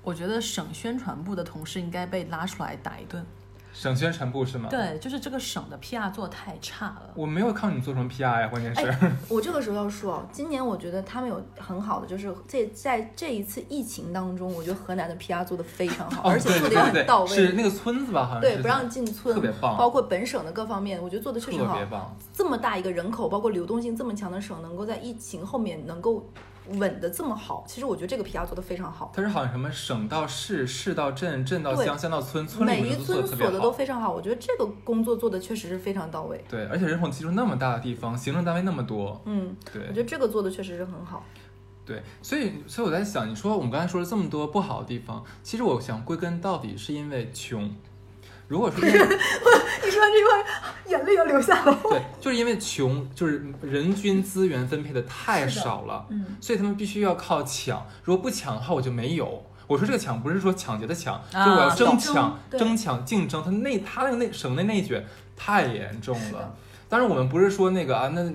D: 我觉得省宣传部的同事应该被拉出来打一顿。
A: 省宣传部是吗？
D: 对，就是这个省的 PR 做得太差了。
A: 我没有看你做什么 PR 呀，关键是、
C: 我这个时候要说，今年我觉得他们有很好的，就是这在这一次疫情当中，我觉得河南的 PR 做的非常好，
A: 哦
C: 而且
A: 对
C: 做的
A: 对
C: 也
A: 对
C: 很到位。
A: 是那个村子吧？好像
C: 对，
A: 啊是
C: 不让进村，
A: 特别棒
C: 包括本省的各方面，我觉得做的确
A: 特
C: 实好
A: 别。棒。
C: 这么大一个人口，包括流动性这么强的省，能够在疫情后面能够稳的这么好，其实我觉得这个 PR 做的非常好。
A: 它是好像什么省到市，市到镇，镇到
C: 对
A: 乡，乡到村，村
C: 每
A: 里
C: 一
A: 面做的
C: 村
A: 特
C: 锁
A: 别
C: 的都
A: 好。
C: 非常好，我觉得这个工作做的确实是非常到位。
A: 对，而且人口基数那么大的地方，行政单位那么多，
C: 嗯，我
A: 对
C: 觉得这个做的确实是很好。
A: 对，所以所以我在想，你说我们刚才说了这么多不好的地方，其实我想归根到底是因为穷。如果说因为
C: <laughs> 你说这块眼泪要流下来。
A: 对，就是因为穷，就是人均资源分配的太少了，
C: 嗯，
A: 所以他们必须要靠抢。如果不抢的话，我就没有。我说这个抢不是说抢劫的抢，
D: 啊
A: 就我要争
D: 懂
A: 抢、
C: 对
A: 争抢、竞争，他内他那个内省内内卷太严重了。当然，我们不是说那个啊，那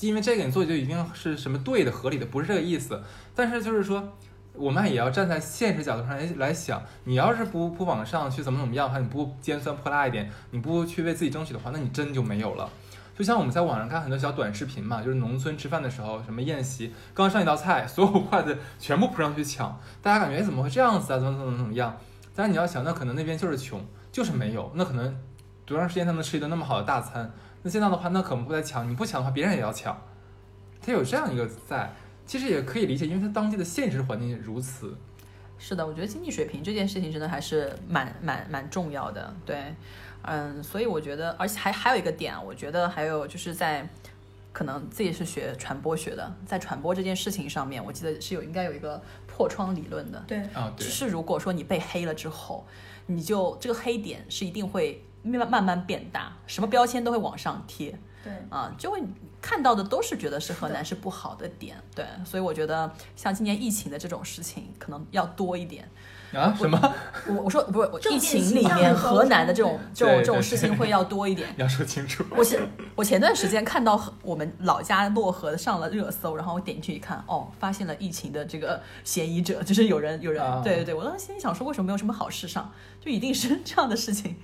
A: 因为这个你做就一定是什么对的、合理的，不是这个意思。但是就是说，我们也要站在现实角度上来来想，你要是不不往上去怎么怎么样的话，你不尖酸泼辣一点，你不去为自己争取的话，那你真就没有了。就像我们在网上看很多小短视频嘛，就是农村吃饭的时候，什么宴席，刚上一道菜，所有筷子全部扑上去抢，大家感觉哎怎么会这样子啊？怎么怎么怎么样？但是你要想，那可能那边就是穷，就是没有，那可能多长时间才能吃一顿那么好的大餐？那现在的话，那可能不再抢，你不抢的话，别人也要抢，他有这样一个在，其实也可以理解，因为他当地的现实环境也如此。
D: 是的，我觉得经济水平这件事情真的还是蛮蛮蛮重要的，对，嗯，所以我觉得，而且还还有一个点，我觉得还有就是在可能自己是学传播学的，在传播这件事情上面，我记得是有应该有一个破窗理论的，
C: 对，
A: 啊、
D: 就
A: 对，
D: 是如果说你被黑了之后，你就这个黑点是一定会慢慢慢变大，什么标签都会往上贴，
C: 对，
D: 啊，就会看到的都是觉得是河南是不好的点，对，所以我觉得像今年疫情的这种事情，可能要多一点。
A: 啊什么？ <laughs>
D: 我我说不是，
C: 正
D: 疫
C: 面
D: 情
C: 形
D: 里
C: 象
D: 面
C: 的
D: 河南的这种这种
A: 对
D: 这种
A: 对
D: 事情会要多一点。
A: 你要说清楚。
D: 我前我前段时间看到河我们老家漯河上了热搜，然后我点进去一看，哦，发现了疫情的这个嫌疑者，就是有人有人，
A: 啊
D: 对对对，我当时心里想说，为什么没有什么好事上，就一定是 <laughs> 这样的事情。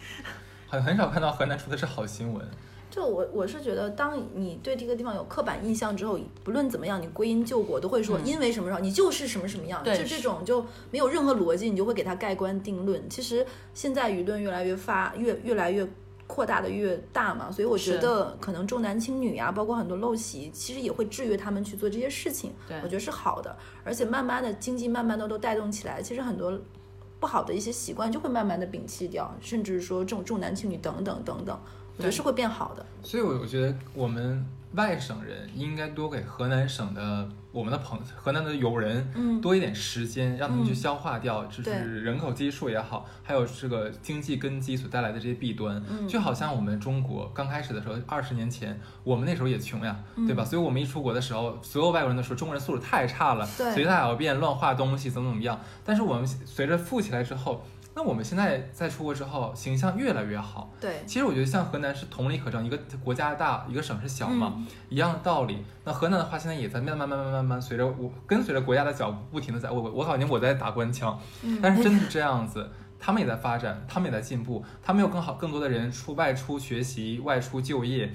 A: 很很少看到河南出的是好新闻，
C: 就我我是觉得，当你对这个地方有刻板印象之后，不论怎么样，你归因救国都会说，
D: 嗯
C: 因为什么什么，你就是什么什么样，
D: 对
C: 就这
D: 是
C: 种就没有任何逻辑，你就会给它盖棺定论。其实现在舆论越来越发，越越来越扩大的越大嘛，所以我觉
D: 是
C: 得可能重男轻女啊，包括很多陋习，其实也会制约他们去做这些事情。
D: 对
C: 我觉得是好的，而且慢慢的经济慢慢的都带动起来，其实很多不好的一些习惯就会慢慢的摒弃掉，甚至说重重男轻女等等等等，我觉得
D: 对
C: 是会变好的。
A: 所以我我觉得我们外省人应该多给河南省的我们的朋河南的友人
C: 嗯，
A: 多一点时间，让他们去
C: 嗯
A: 消化掉，就
C: 对
A: 是人口基数也好，还有这个经济根基所带来的这些弊端。
C: 嗯
A: 就好像我们中国刚开始的时候，二十年前我们那时候也穷呀，
C: 嗯
A: 对吧？所以我们一出国的时候，所有外国人都说中国人素质太差了，
C: 对
A: 随大小便、乱画东西，怎么怎么样。但是我们随着富起来之后，那我们现在在出国之后，形象越来越好。
C: 对，
A: 其实我觉得像河南是同理可证，一个国家大，一个省是小嘛，
C: 嗯
A: 一样的道理。那河南的话，现在也在慢慢慢慢慢慢随着我跟随着国家的脚步，不停的在我我我感觉我在打官腔，
C: 嗯
A: 但是真的是这样子。他们也在发展，他们也在进步，他们有更好、更多的人出外出学习、外出就业，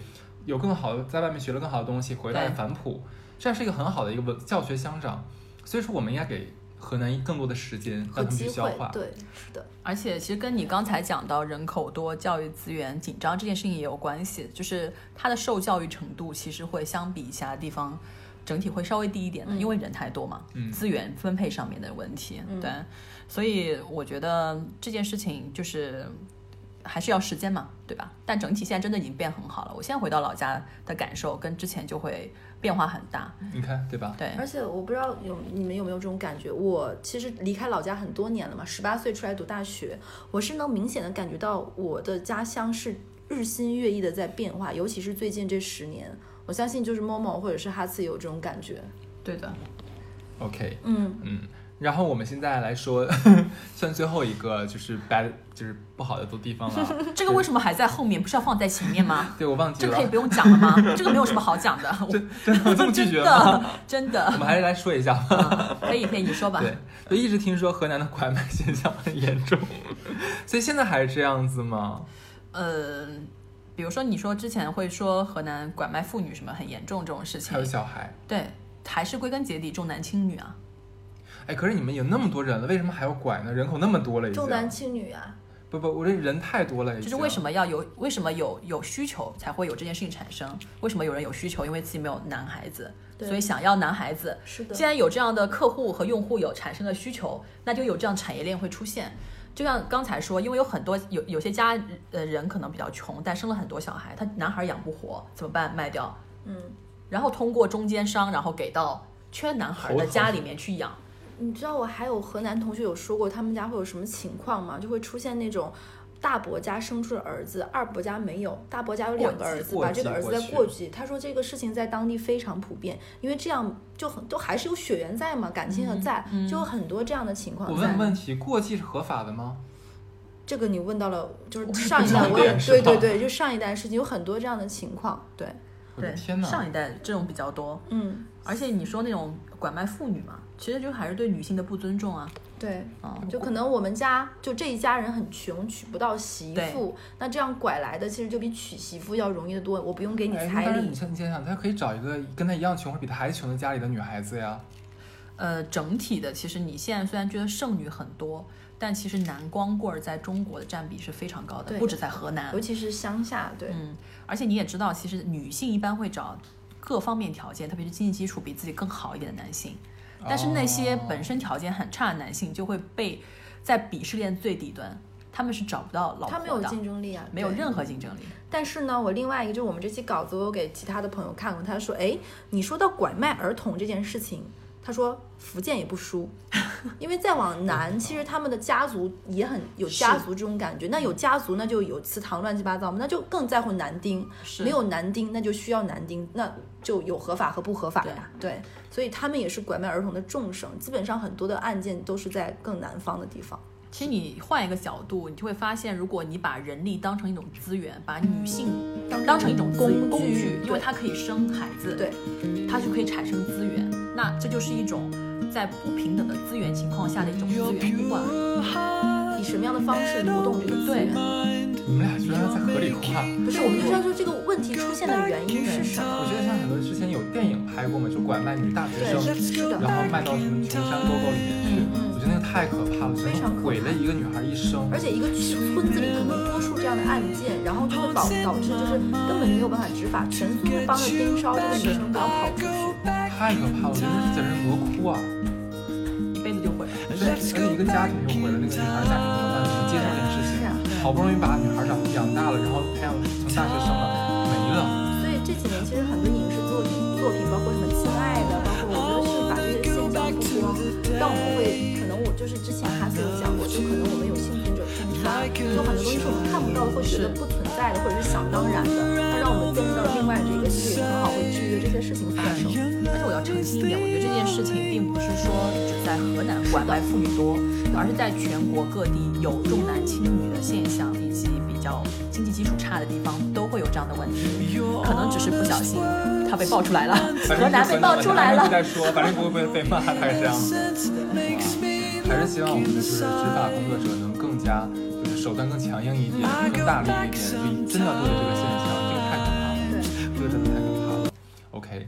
A: 有更好在外面学了更好的东西，回来
D: 对
A: 反哺，这样是一个很好的一个文教学相长。所以说，我们应该给河南更多的时间，让他
C: 和
A: 们去
C: 机
A: 消
C: 会
A: 化。，
C: 对，是的，
D: 而且其实跟你刚才讲到人口多、教育资源紧张这件事情也有关系，就是它的受教育程度其实会相比其他地方整体会稍微低一点的，
B: 嗯
D: 因为人太多嘛，
A: 嗯
D: 资源分配上面的问题，
B: 嗯
D: 对，所以我觉得这件事情就是。还是要时间嘛，对吧？但整体现在真的已经变很好了。我现在回到老家的感受跟之前就会变化很大，
A: 你看对吧？
D: 对，
B: 嗯
C: 而且我不知道有你们有没有这种感觉，我其实离开老家很多年了嘛，十八岁出来读大学，我是能明显的感觉到我的家乡是日新月异的在变化，尤其是最近这十年，我相信就是 Momo 或者是哈次有这种感觉，
D: 对的，
A: OK，
C: 嗯，
A: 嗯，然后我们现在来说， <laughs> 算最后一个就是 bad 就是不好的多地方了。
D: <laughs> 这个为什么还在后面？不是要放在前面
A: <laughs>
D: 吗？
A: 对我忘记
D: 这个可以
A: 了，
D: 不用讲了吗？这个没有什么好讲的，我
A: 真的有这么拒绝
D: 真
A: 吗？
D: 的真
A: 我
D: 的，
A: 们还是来说一下吧。
D: 可以可以，你说吧。
A: 对，就一直听说河南的拐卖现象很严重， <laughs> 所以现在还是这样子吗？
D: 呃，比如说你说之前会说河南拐卖妇女什么很严重这种事
A: 还有
D: 情，
A: 小孩？
D: 对，还是归根结底重男轻女啊。
A: 哎，可是你们有那么多人了，为什么还要拐呢？人口那么多了已经
C: 重。男轻女啊，
A: 不不，我这人太多了已经。
D: 就是为什么要有，为什么有有需求才会有这件事情产生？为什么有人有需求？因为自己没有男孩子，
C: 对
D: 所以想要男孩子。
C: 是的
D: 既，然有这样的客户和用户有产生了需求，那就有这样产业链会出现。就像刚才说，因为有很多有有些家呃人可能比较穷，但生了很多小孩，他男孩养不活怎么办？卖掉，
C: 嗯，
D: 然后通过中间商，然后给到缺男孩的家里面去养。
C: 你知道我还有河南同学有说过他们家会有什么情况吗？就会出现那种。大伯家生出了儿子，二伯家没有。大伯家有两个儿子，
A: 过继
C: 把这个儿子再
A: 过
C: 过继。他说这个事情在当地非常普遍，因为这样就很都还是有血缘在嘛，感情还在，就有很多这样的情况
A: 我
C: 在。
A: 问问题，过继是合法的吗？
C: 这个你问到了，就是
D: 我
C: 上一
A: 不知
C: 代
A: 道
C: 我也
A: 点是
C: 对
A: 吧
C: 对对，就上一代的事情有很多这样的情况。对，
A: 我的
D: 对，
A: 天哪！
D: 上一代这种比较多，
C: 嗯，
D: 而且你说那种拐卖妇女嘛，其实就还是对女性的不尊重啊。
C: 对，
D: 啊、
C: 就可能我们家就这一家人很穷，娶不到媳
D: 对
C: 妇，那这样拐来的其实就比娶媳妇要容易得多。我不用给你
A: 哎
C: 彩
A: 但是
C: 礼
A: 你，想，你想想，他可以找一个跟他一样穷或者比他还穷的家里的女孩子呀。
D: 呃，整体的其实你现在虽然觉得剩女很多，但其实男光棍儿在中国的占比是非常高的，
C: 对
D: 不止在河南
C: 尤。其是乡下，对，
D: 嗯，而且你也知道，其实女性一般会找各方面条件，特别是经济基础比自己更好一点的男性。但是那些
A: 哦
D: 本身条件很差的男性就会被在鄙视链最底端，他们是找不到老婆的，
C: 他没有竞争力啊，
D: 没有
C: 对
D: 任何竞争力。
C: 但是呢，我另外一个就是我们这期稿子，我有给其他的朋友看过，他说：“哎，你说到拐卖儿童这件事情，他说福建也不输， <laughs> 因为再往南，其实他们的家族也很有
D: 是
C: 家族这种感觉。那有家族，那就有祠堂乱七八糟嘛，那就更在乎男丁。
D: 是
C: 没有男丁，那就需要男丁，那就有合法和不合法呀。对，所以他们也是拐卖儿童的重手，基本上很多的案件都是在更南方的地方。
D: 其实你换一个角度，你就会发现，如果你把人力当成一种资源，把女性当当成一种
C: 工具
D: 工工具，因为
C: 对
D: 它可以生孩子，
C: 对，
D: 它就可以产生资源。那这就是一种在不平等的资源情况下的一种资源互换。
C: 以什么样的方式流动这个资源？
A: 你们俩居然在合理化。
C: 不是，我们就是要说这个问题出现的原因是什么。
A: 我觉得像很多之前有电影拍过嘛，就拐卖女大学
C: 对，
A: 生，
C: 是
A: 然
C: 的，
A: 后卖到什么穷山沟沟里面去，
C: 嗯
A: 我觉得那个太可怕了，真
C: 非常可
A: 的
C: 怕
A: 毁了一个女孩一生
C: 而。且一个村村子里可能多数这样的案件，然后就会导导致就是根本就没有办法执法，全村都帮着盯梢这个女生不要跑出去。
A: 太可怕了，我觉得这简直多哭啊！
D: 一辈子就毁了。
A: 真的而且一个家庭又毁了，那个女孩家庭怎么办？去接受这件事
C: 是
A: 情，
C: 啊，
A: 好不容易把女孩长养大了，然后培养成大学生了，没了。
C: 所以这几年其实很多影视作作品，包括什么《亲爱的》，包括我觉得是把这些现象曝光，让我们会可能我就是之前哈斯有讲过，就可能我们有幸存者偏差，就很多东西是我们看不到，会觉得不存在的，或者是想当然的，那让我们见识到另外的一个世界，刚好会制约这些事情发生。
D: 但是我要澄清一点，我觉得这件事情并不是说只在河南拐卖妇女多，而是在全国各地有重男轻女的现象，以及比较经济基础差的地方都会有这样的问题，可能只是不小心它被爆出来了，
A: 反
D: 河
A: 正
D: 南
A: 是
D: 被爆出来
A: <laughs>
D: 了。
A: 再说，反正不会被被骂，大概是这样子。还是希望我们的就是执法工作者能更加就是手段更强硬一点，更大力一点，就真的对这个现象，这个太可怕了，
C: 对，
A: 这个真的太可怕了。OK，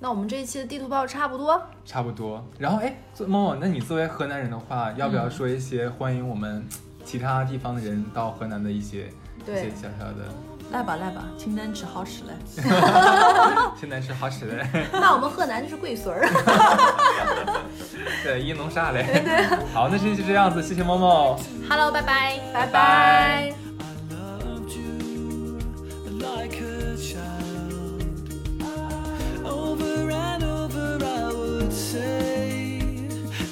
C: 那我们这一期的地图炮差不多，
A: 差不多。然后哎，作默默，那你作为河南人的话，要不
D: 嗯
A: 要说一些欢迎我们其他地方的人到河南的一些一些
C: 对
A: 小小的？
D: 来吧来吧，清单吃好吃嘞。
A: 现在是好使的， <laughs>
C: 那我们河南就是贵孙儿，
A: 对，一农啥嘞？ <laughs> 好，那这期就这样子，谢谢默默。
B: <laughs> Hello，拜拜。
C: 拜
A: 拜。
E: I loved you like a child. Over and over, I would say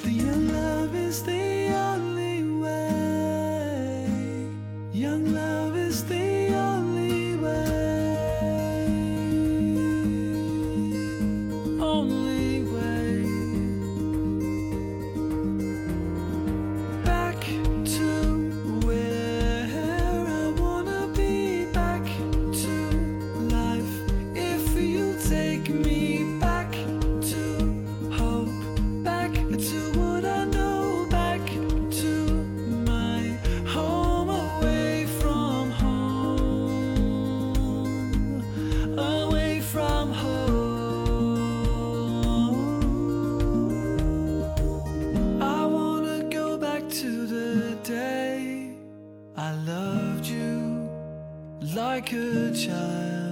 E: that your love is the only way. Young love is the only way. Only way. Back to where I wanna be, back to life. If you take me back to hope, back to what I know, back to my home, away from home, away from home. I wanna go back to the day I loved you like a child.